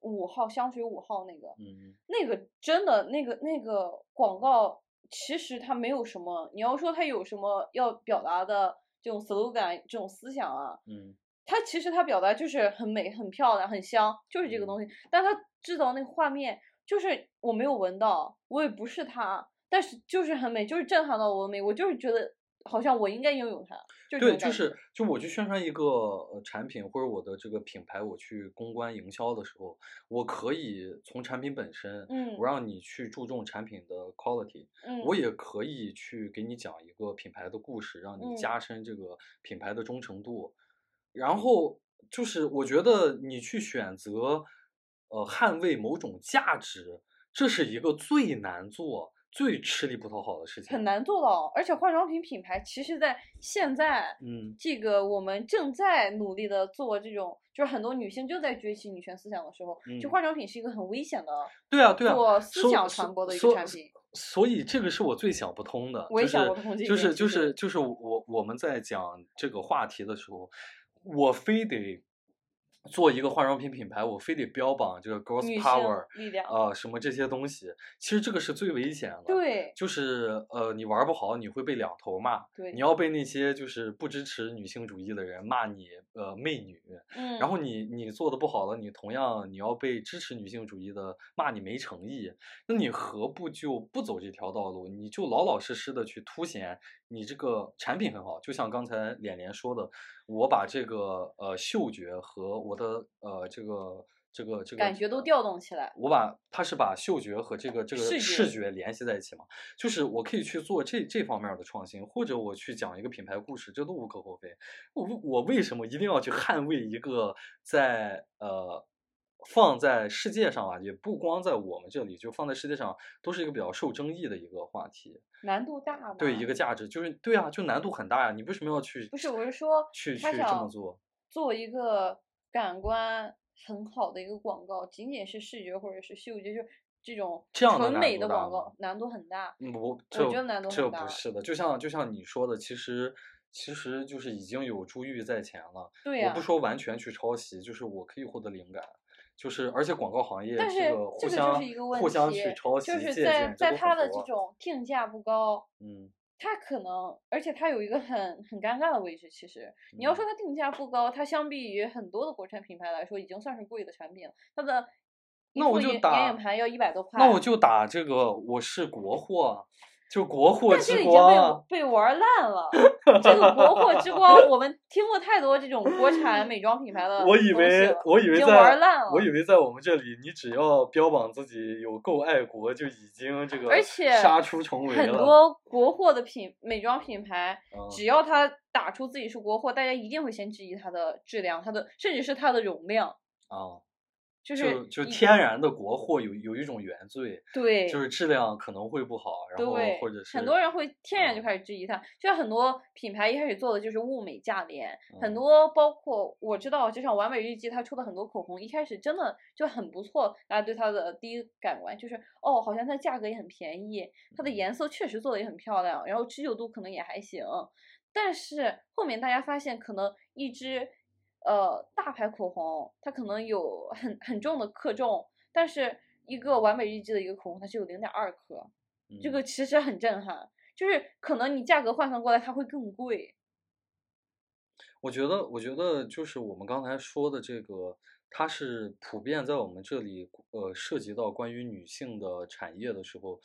五号香水五号那个，
嗯，
那个真的那个那个广告，其实它没有什么，你要说它有什么要表达的这种 slogan 这种思想啊，
嗯，
它其实它表达就是很美、很漂亮、很香，就是这个
嗯
东西。但它制造那个画面，就是我没有闻到，我也不是它，但是就是很美，就是震撼到我的美，我就是觉得好像我应该拥有它，就是这
对，
种
就
感
是
觉
就我去宣传一个呃产品或者我的这个品牌，我去公关营销的时候，我可以从产品本身，
嗯
我让你去注重产品的 quality，
嗯，
我也可以去给你讲一个品牌的故事，让
嗯嗯
你加深这个品牌的忠诚度。然后就是，我觉得你去选择，呃，捍卫某种价值，这是一个最难做、最吃力不讨好的事情。
很。难做到。而且化妆品品牌，其实在现在
嗯，
这个我们正在努力的做这种，就是很多女性正在崛起女权思想的时候，就
嗯
化妆品是一个很危险的
对啊，对啊。
做思
所
想
所
传播的一
所
个产品。
所以这个是我最想不通的，
我也
就
想
是
不通这一
就
点
是就
其实
是就是我我们在讲这个话题的时候，我非得做一个化妆品品牌，我非得标榜这个 girls
女性
power
力量，
啊、什么这些东西，其实这个是最危险的。，
对
就是呃，你玩不好，你会被两头骂，
对，
你要被那些就是不支持女性主义的人骂你呃媚女，
嗯，
然后你你做的不好了，你同样你要被支持女性主义的骂你没诚意，那你何不就不走这条道路？你就老老实实的去凸显你这个产品很好。就像刚才脸脸说的，我把这个呃嗅觉和我的呃这个这个这个
感觉都调动起来，
我把它是把嗅觉和这个这个
视觉
视觉联系在一起嘛，就是我可以去做这这方面儿的创新，或者我去讲一个品牌故事，这都无可厚非。我我为什么一定要去捍卫一个在呃放在世界上啊，也不光在我们这里，就放在世界上都是一个比较受争议的一个话题，
难度大嘛。
对一个价值，就是对啊，就难度很大呀、你为什么要去？
不是，我是说，
去去
他
这么
想
做，
做一个感官很好的一个广告，仅仅是视觉或者是嗅觉，就是这种
这样的
纯
难
美
度
的
大
广
吗
告，难度很大。
嗯，我这
觉得难度
这
很
不
大
是的，就像就像你说的，其实其实就是已经有珠玉在前了。
对
我
呀、
不说完全去抄袭，就是我可以获得灵感，就是而且广告行业
但是
这个互
这个
相
就是一个问题，
互相去抄袭
就
借
是
鉴
在，
这
在
都
它
很
的这
多
种定价不高，
嗯
它可能，而且它有一个很很尴尬的位置。其实
嗯
你要说它定价不高，它相比于很多的国产品牌来说，已经算是贵的产品了。它的
那我就打
眼影盘要一百多块，
那我就打这个，我是国货，就国货
但这
之
个已经被
光
我。被玩烂了。这个国货之光，我 们听过太多这种国产美妆品牌的
我以
东西
为
了，
我以
已
为
经玩
在，
烂了，
我以为在我们这里，你只要标榜自己有够爱国，就已经这个
而且
杀出重围
很
了。
多国货的品美妆品牌，
嗯
只要它打出自己是国货，大家一定会先质疑它的质量，它的甚至是它的容量，
啊，
就
就是就
一
天然的国货有有一种原罪，
对，
就是质量可能会不好，然后
对
或者是
很多人会天然
嗯
就开始质疑它，就像很多品牌一开始做的就是物美价廉，很
嗯
多包括我知道，就像完美日记，它出的很多口红，一开始真的就很不错，大家对它的第一感官就是哦，好像它价格也很便宜，它的
嗯
颜色确实做的也很漂亮，然后持久度可能也还行，但是后面大家发现，可能一支呃大牌口红，它可能有很很重的克重，但是一个完美日记的一个口红，它是有零点二克，这
嗯
个其实很震撼，就是可能你价格换算过来，它会更贵。
我觉得，我觉得就是我们刚才说的这个，它是普遍在我们这里，呃，涉及到关于女性的产业的时候，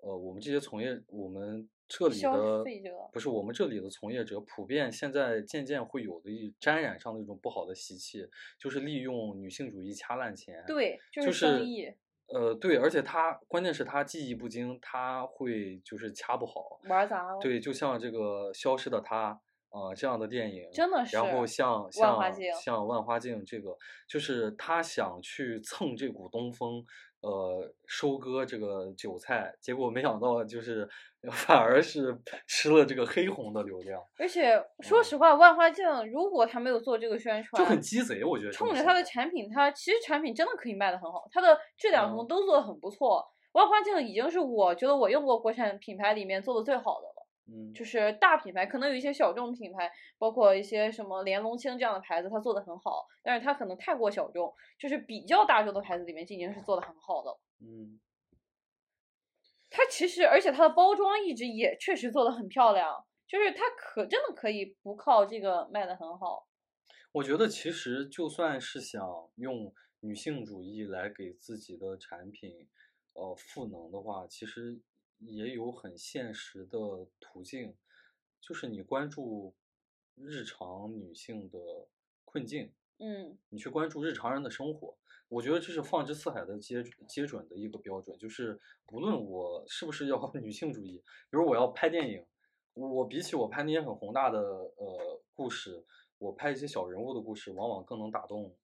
呃，我们这些从业，我们这里
消
的
费者
不是我们这里的从业者，普遍现在渐渐会有的一沾染上的一种不好的习气，就是利用女性主义掐烂钱。
对，就
就是
生意
呃，对，而且他关键是他技艺不精，他会就是掐不好。
玩砸了，
对，就像这个《消失的她》啊、这样的电影，
真的是。
然后像
万花
像
镜
像万花镜这个，就是他想去蹭这股东风，呃，收割这个韭菜，结果没想到就是 反而是吃了这个黑红的流量，
而且说
嗯
实话，万花镜如果它没有做这个宣
就很
传，
鸡贼，我觉得这
冲
种
着
行
它的
为
产品，它其实产品真的可以卖的很好，它的质量什么
嗯
都做的很不错。万花镜已经是我觉得我用过国产品牌里面做的最好的了。
嗯
就是大品牌，可能有一些小众品牌，包括一些什么莲龙清这样的牌子，它做的很好，但是它可能太过小众，就是比较大众的牌子里面，这已经是做的很好的了。
嗯
它其实，而且它的包装一直也确实做的很漂亮，就是它可真的可以不靠这个卖的很好。
我觉得其实就算是想用女性主义来给自己的产品，呃，赋能的话，其实也有很现实的途径，就是你关注日常女性的困境，
嗯，
你去关注日常人的生活。我觉得这是放之四海的皆皆准的一个标准，就是不论我是不是要 女性主义，比如我要拍电影，我比起我拍那些很宏大的呃故事，我拍一些小人物的故事，往往更能打动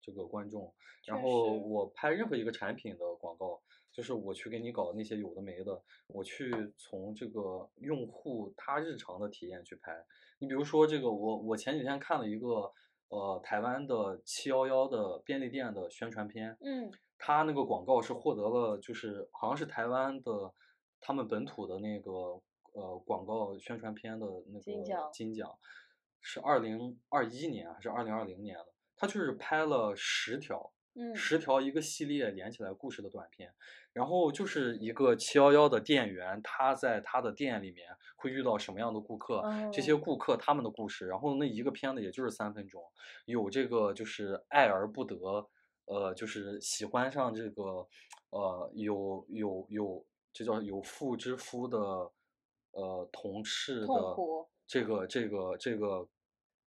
这个观众。然
确
后
实
我拍任何一个产品的广告，就是我去给你搞那些有的没的，我去从这个用户他日常的体验去拍。你比如说这个，我我前几天看了一个呃台湾的七幺幺的便利店的宣传片，
嗯，
它那个广告是获得了，就是好像是台湾的他们本土的那个呃广告宣传片的那个
金奖
金奖，是二零二一年还是二零二零年的？它就是拍了十条，
嗯，
十条一个系列连起来故事的短片，然后就是一个七幺幺的店员，他在他的店里面会遇到什么样的顾客，这些
哦
顾客他们的故事，然后那一个片子也就是三分钟，有这个就是爱而不得，呃，就是喜欢上这个，呃，有有有，这叫有妇之夫的，呃，同事
痛
的
苦
这个这个这个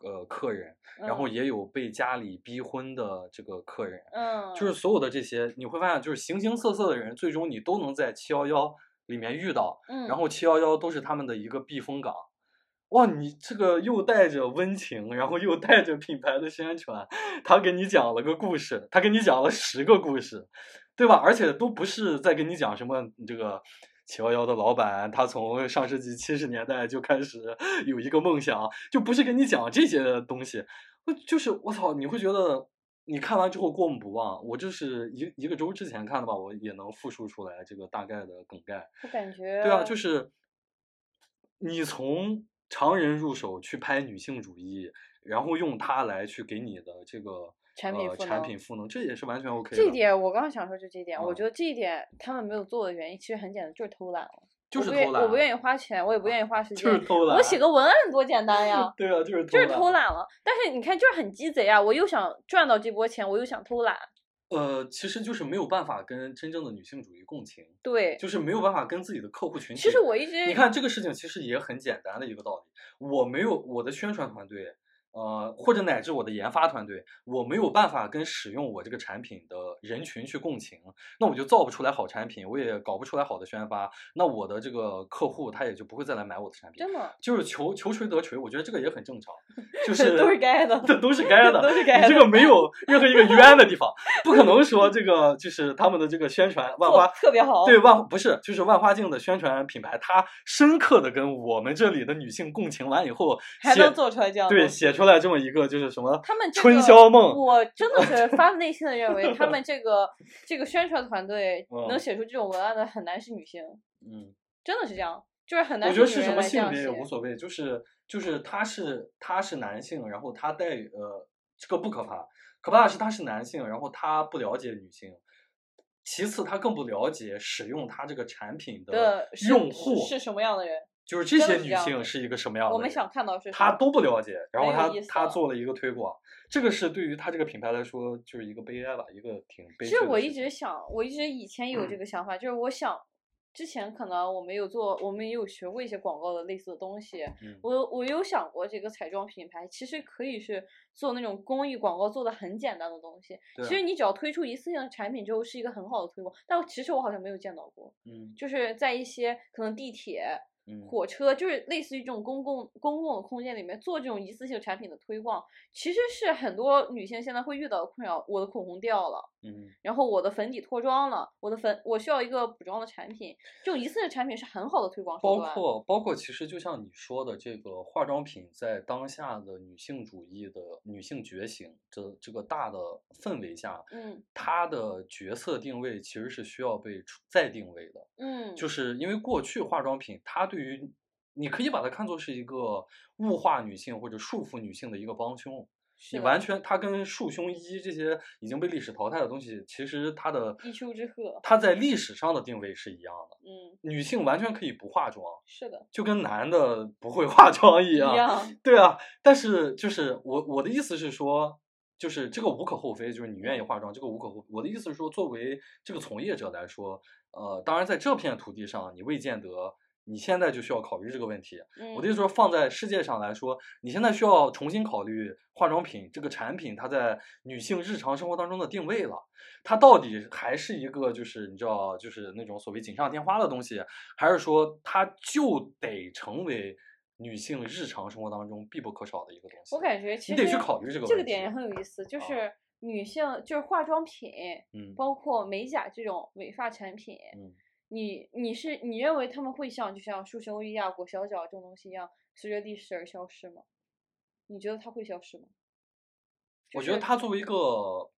呃客人，然后
嗯
也有被家里逼婚的这个客人，
嗯，
就是所有的这些，你会发现就是形形色色的人，最终你都能在七幺幺里面遇到。
嗯，
然后七幺幺都是他们的一个避风港。哇，你这个又带着温情，然后又带着品牌的宣传，他给你讲了个故事，他给你讲了十个故事，对吧？而且都不是在跟你讲什么这个七幺幺的老板，他从上世纪七十年代就开始有一个梦想，就不是跟你讲这些东西，我就是我操，你会觉得你看完之后过目不忘。我这是一一个周之前看的吧，我也能复述出来这个大概的梗概。
我感觉
对啊，就是你从常人入手去拍女性主义，然后用它来去给你的这个
产品
呃、
赋
产
能
品赋能，这也是完全 OK 的。
这一点，我刚刚想说就这一点，我
嗯
觉得这一点他们没有做的原因其实很简单，就是偷懒了。
就是
我不愿
偷懒，啊
我不愿意，花钱，我也不愿意花 时
就
间。
是偷懒。
我写个文案多简单呀
，对啊，就是
就是
懒。
偷懒了。但是你看，就是很鸡贼啊！我又想赚到这波钱，我又想偷懒，
呃，其实就是没有办法跟真正的女性主义共情，
对，
就是没有办法跟自己的客户群体。
其实我一直
你看这个事情，其实也很简单的一个道理。我没有我的宣传团队，呃，或者乃至我的研发团队，我没有办法跟使用我这个产品的人群去共情，那我就造不出来好产品，我也搞不出来好的宣发，那我的这个客户他也就不会再来买我的产品。
真的
就是求求锤得锤，我觉得这个也很 正常，就是
都是 该的，
这都是该的，
都是该的
你这个 没有任何一个冤的地方，不可能说这个就是他们的这个宣传 万
做
花
得特别好，
对万不是就是万花镜的宣传品牌，它深刻的跟我们这里的女性共情完以后
还
写
能做出来这样的
对写出来这么一个就是什么
他们这个
春宵梦，
我真 的是发自内心的认为，他们这个这个宣传团队
嗯
能写出这种文案的很难是女性，
嗯，
真的是这样，就是很难。
我觉得是什么性别也
写。
无所谓，就是就是他是他是男性，然后他带呃这个不可怕，可怕的是他是男性，然后他不了解女性。其次，他更不了解使用他这个产品的
的是
用户
是什么样的人，
就是这
真
些
的是
女
这样
性
的
是一个什么样的人？
我们想看到是什
他
么。
都不了解，然后
没有
他
意思
他
了
做了一个推广，这个是对于他这个品牌来说就是一个悲哀吧，一个挺悲
其
剧的事情。嗯
实我一直想，我一直以前有这个想法，就是我想之前可能我没有做，我们也有学过一些广告的类似的东西，
嗯
我我有想过，这个彩妆品牌其实可以是做那种公益广告，做的很简单的东西。其
对啊
实你只要推出一次性的产品之后，是一个很好的推广。但其实我好像没有见到过，
嗯
就是在一些可能地铁、
嗯
火车，就是类似于这种公共公共的空间里面做这种一次性产品的推广，其实是很多女性现在会遇到的困扰。我的口红掉了，
嗯，
然后我的粉底脱妆了，我的粉我需要一个补妆的产品，这种一次性产品是很好的推广手
包
段。
括包括其实就像你说的，这个化妆品在当下的女性主义的女性觉醒这这个大的氛围下，
嗯
它的角色定位其实是需要被出再定位的。
嗯，
就是因为过去化妆品，它对于你可以把它看作是一个物化女性或者束缚女性的一个帮凶。
是
你
的
完全，它跟束胸衣这些已经被历史淘汰的东西，其实它的
一丘之貉
它在历史上的定位是一样的。
嗯，
女性完全可以不化妆，
是的，
就跟男的不会化妆一
一
样。
样，
对啊，但是就是我我的意思是说，就是这个无可厚非，就是你愿意化妆，这个无可厚非。我的意思是说，作为这个从业者来说，呃，当然在这片土地上，你未见得你现在就需要考虑这个问题。
嗯
我的意思说，放在世界上来说，你现在需要重新考虑化妆品这个产品它在女性日常生活当中的定位了。它到底还是一个就是你知道就是那种所谓锦上添花的东西，还是说它就得成为女性日常生活当中必不可少的一个东西？
我感觉其
你
实
得去考虑这个
这个
问
点也
题
很有意思，就
啊
是女性就是化妆品，
嗯
包括美甲这种美发产品，
嗯
你你是你认为他们会像就像束胸衣啊、裹小脚这种东西一样，随着历史而消失吗？你觉得它会消失吗？
我
就
觉得
是
它作为一个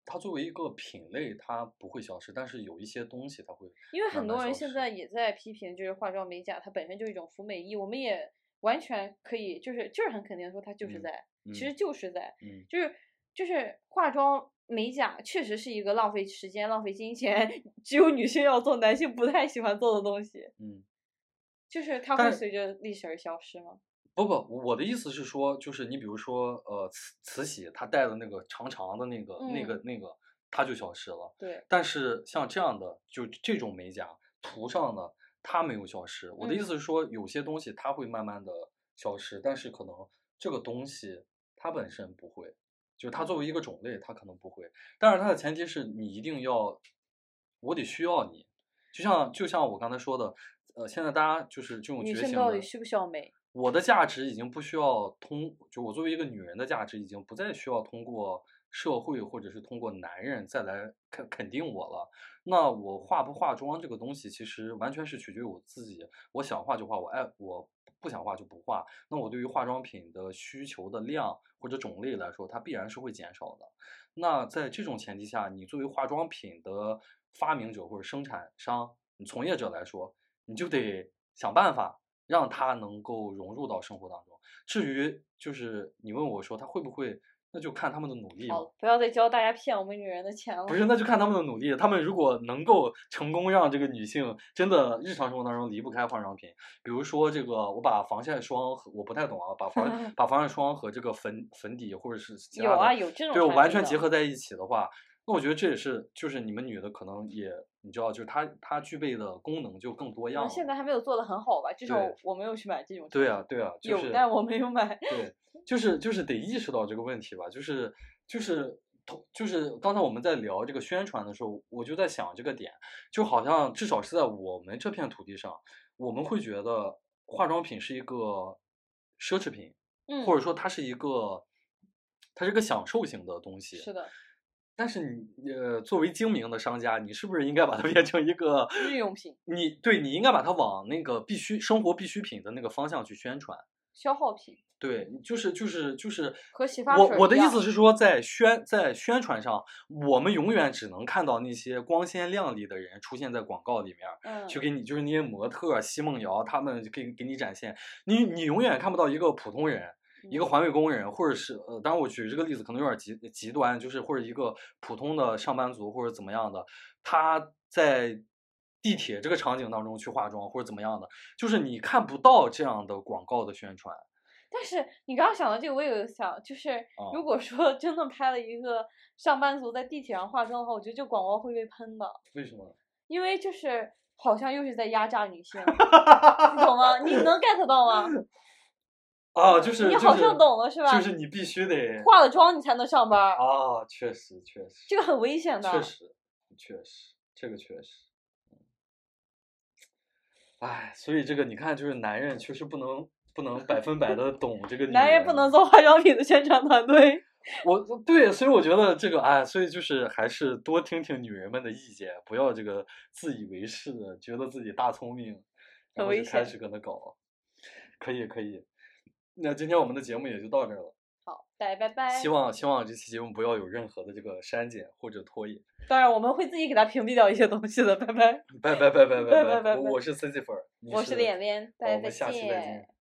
它作为一个品类，它不会消失，但是有一些东西它会。
因为
慢
很
慢
多人
消
现
失
在也在批评，就是化妆美甲它本身就是一种服美役，我们也完全可以就是就是很肯定地说它就是
嗯
在，
嗯
其实就是在，
嗯
就是就是化妆美甲确实是一个浪费时间、浪费金钱， 只有女性要做，男性不太喜欢做的东西。
嗯，
就是它
但
会
是
随着历史而消失吗？
不不，我的意思是说，就是你比如说呃慈慈禧她戴的那个长长的那个、那
嗯
个那个，它就消失了。
对，
但是像这样的，就这种美甲涂上呢，它没有消失。我的意
嗯
思是说，有些东西它会慢慢的消失，但是可能这个东西它本身不会，就是它作为一个种类，它可能不会。但是它的前提是你一定要，我得需要你。就像就像我刚才说的，呃，现在大家就是这种
女
觉
性
醒
到底
的，
需不需要美？
我的价值已经不需要通，就我作为一个女人的价值已经不再需要通过社会或者是通过男人再来肯肯定我了。那我化不化妆这个东西，其实完全是取决于我自己。我想化就化，我爱我不想化就不化。那我对于化妆品的需求的量或者种类来说，它必然是会减少的。那在这种前提下，你作为化妆品的发明者或者生产商，你从业者来说，你就得想办法让它能够融入到生活当中。至于就是你问我说它会不会，那就看他们的努力
好
了
了。，不要再教大家骗我们女人的钱了。
不是，那就看他们的努力。他们如果能够成功让这个女性真的日常生活当中离不开化妆品，比如说这个，我把防晒霜和我不太懂啊，把 防把防晒霜和这个粉粉底或者是其他
有啊，
的，
有这种
对我
产
完
品
全
的
结合在一起的话，那我觉得这也是，就是你们女的可能也，你知道，就是它它具备的功能就更多
然
样
后
了。
现在还没有做的很好吧？至少
对
我没有去买这种。
对啊，，对啊，就
有
是，
但我没有买。
对，就是就是得意识到这个问题吧，就是就是同就是刚才我们在聊这个宣传的时候，我就在想这个点，就好像至少是在我们这片土地上，我们会觉得化妆品是一个奢侈品，
嗯，
或者说它是一个它是一个享受型的东西。
是的，
但是你呃，作为精明的商家，你是不是应该把它变成一个
日用品、
你对你应该把它往那个必需生活必需品的那个方向去宣传？
消耗品
对，就是就是就是
和洗发水
我我的
一
意
样
思是说，在宣在宣传上，我们永远只能看到那些光鲜亮丽的人出现在广告里面儿，
嗯，
去给你就是那些模特儿奚梦瑶他们给给你展现，你你永远看不到一个普通人。一个
嗯
环卫工人，或者是呃，当然我举这个例子可能有点极极端，就是或者一个普通的上班族或者怎么样的，他在地铁这个场景当中去化妆或者怎么样的，就是你看不到这样的广告的宣传。
但是你刚刚想到这个，我也有想，就是
啊
如果说真的拍了一个上班族在地铁上化妆的话，我觉得这广告会被喷的，
为什么？
因为就是好像又是在压榨女性，你 懂吗？你 能 get 到吗？
啊，就是
你
就
好
是
像懂了是吧
就是你必须得
化了妆你才能上班儿，
啊，确实确实，
这个很危险的。
确实确实这个确实。哎，所以这个你看，就是男人确实不能不能百分百的懂这个女
男人不能做化妆品的宣传团队。
我对，所以我觉得这个哎，所以就是还是多听听女人们的意见，不要这个自以为是的，觉得自己大聪明，然
很
后
危
就开
险
始搁那搞。可以可以，那今天我们的节目也就到这儿了。
好，大家拜拜。
希望希望这期节目不要有任何的这个删减或者拖延。
当然我们会自己给他屏蔽掉一些东西的。拜拜，
拜拜拜拜
拜
拜
拜拜
我
拜
我是 C C 粉儿，你
我是脸脸，
好
大家
我们下期再见。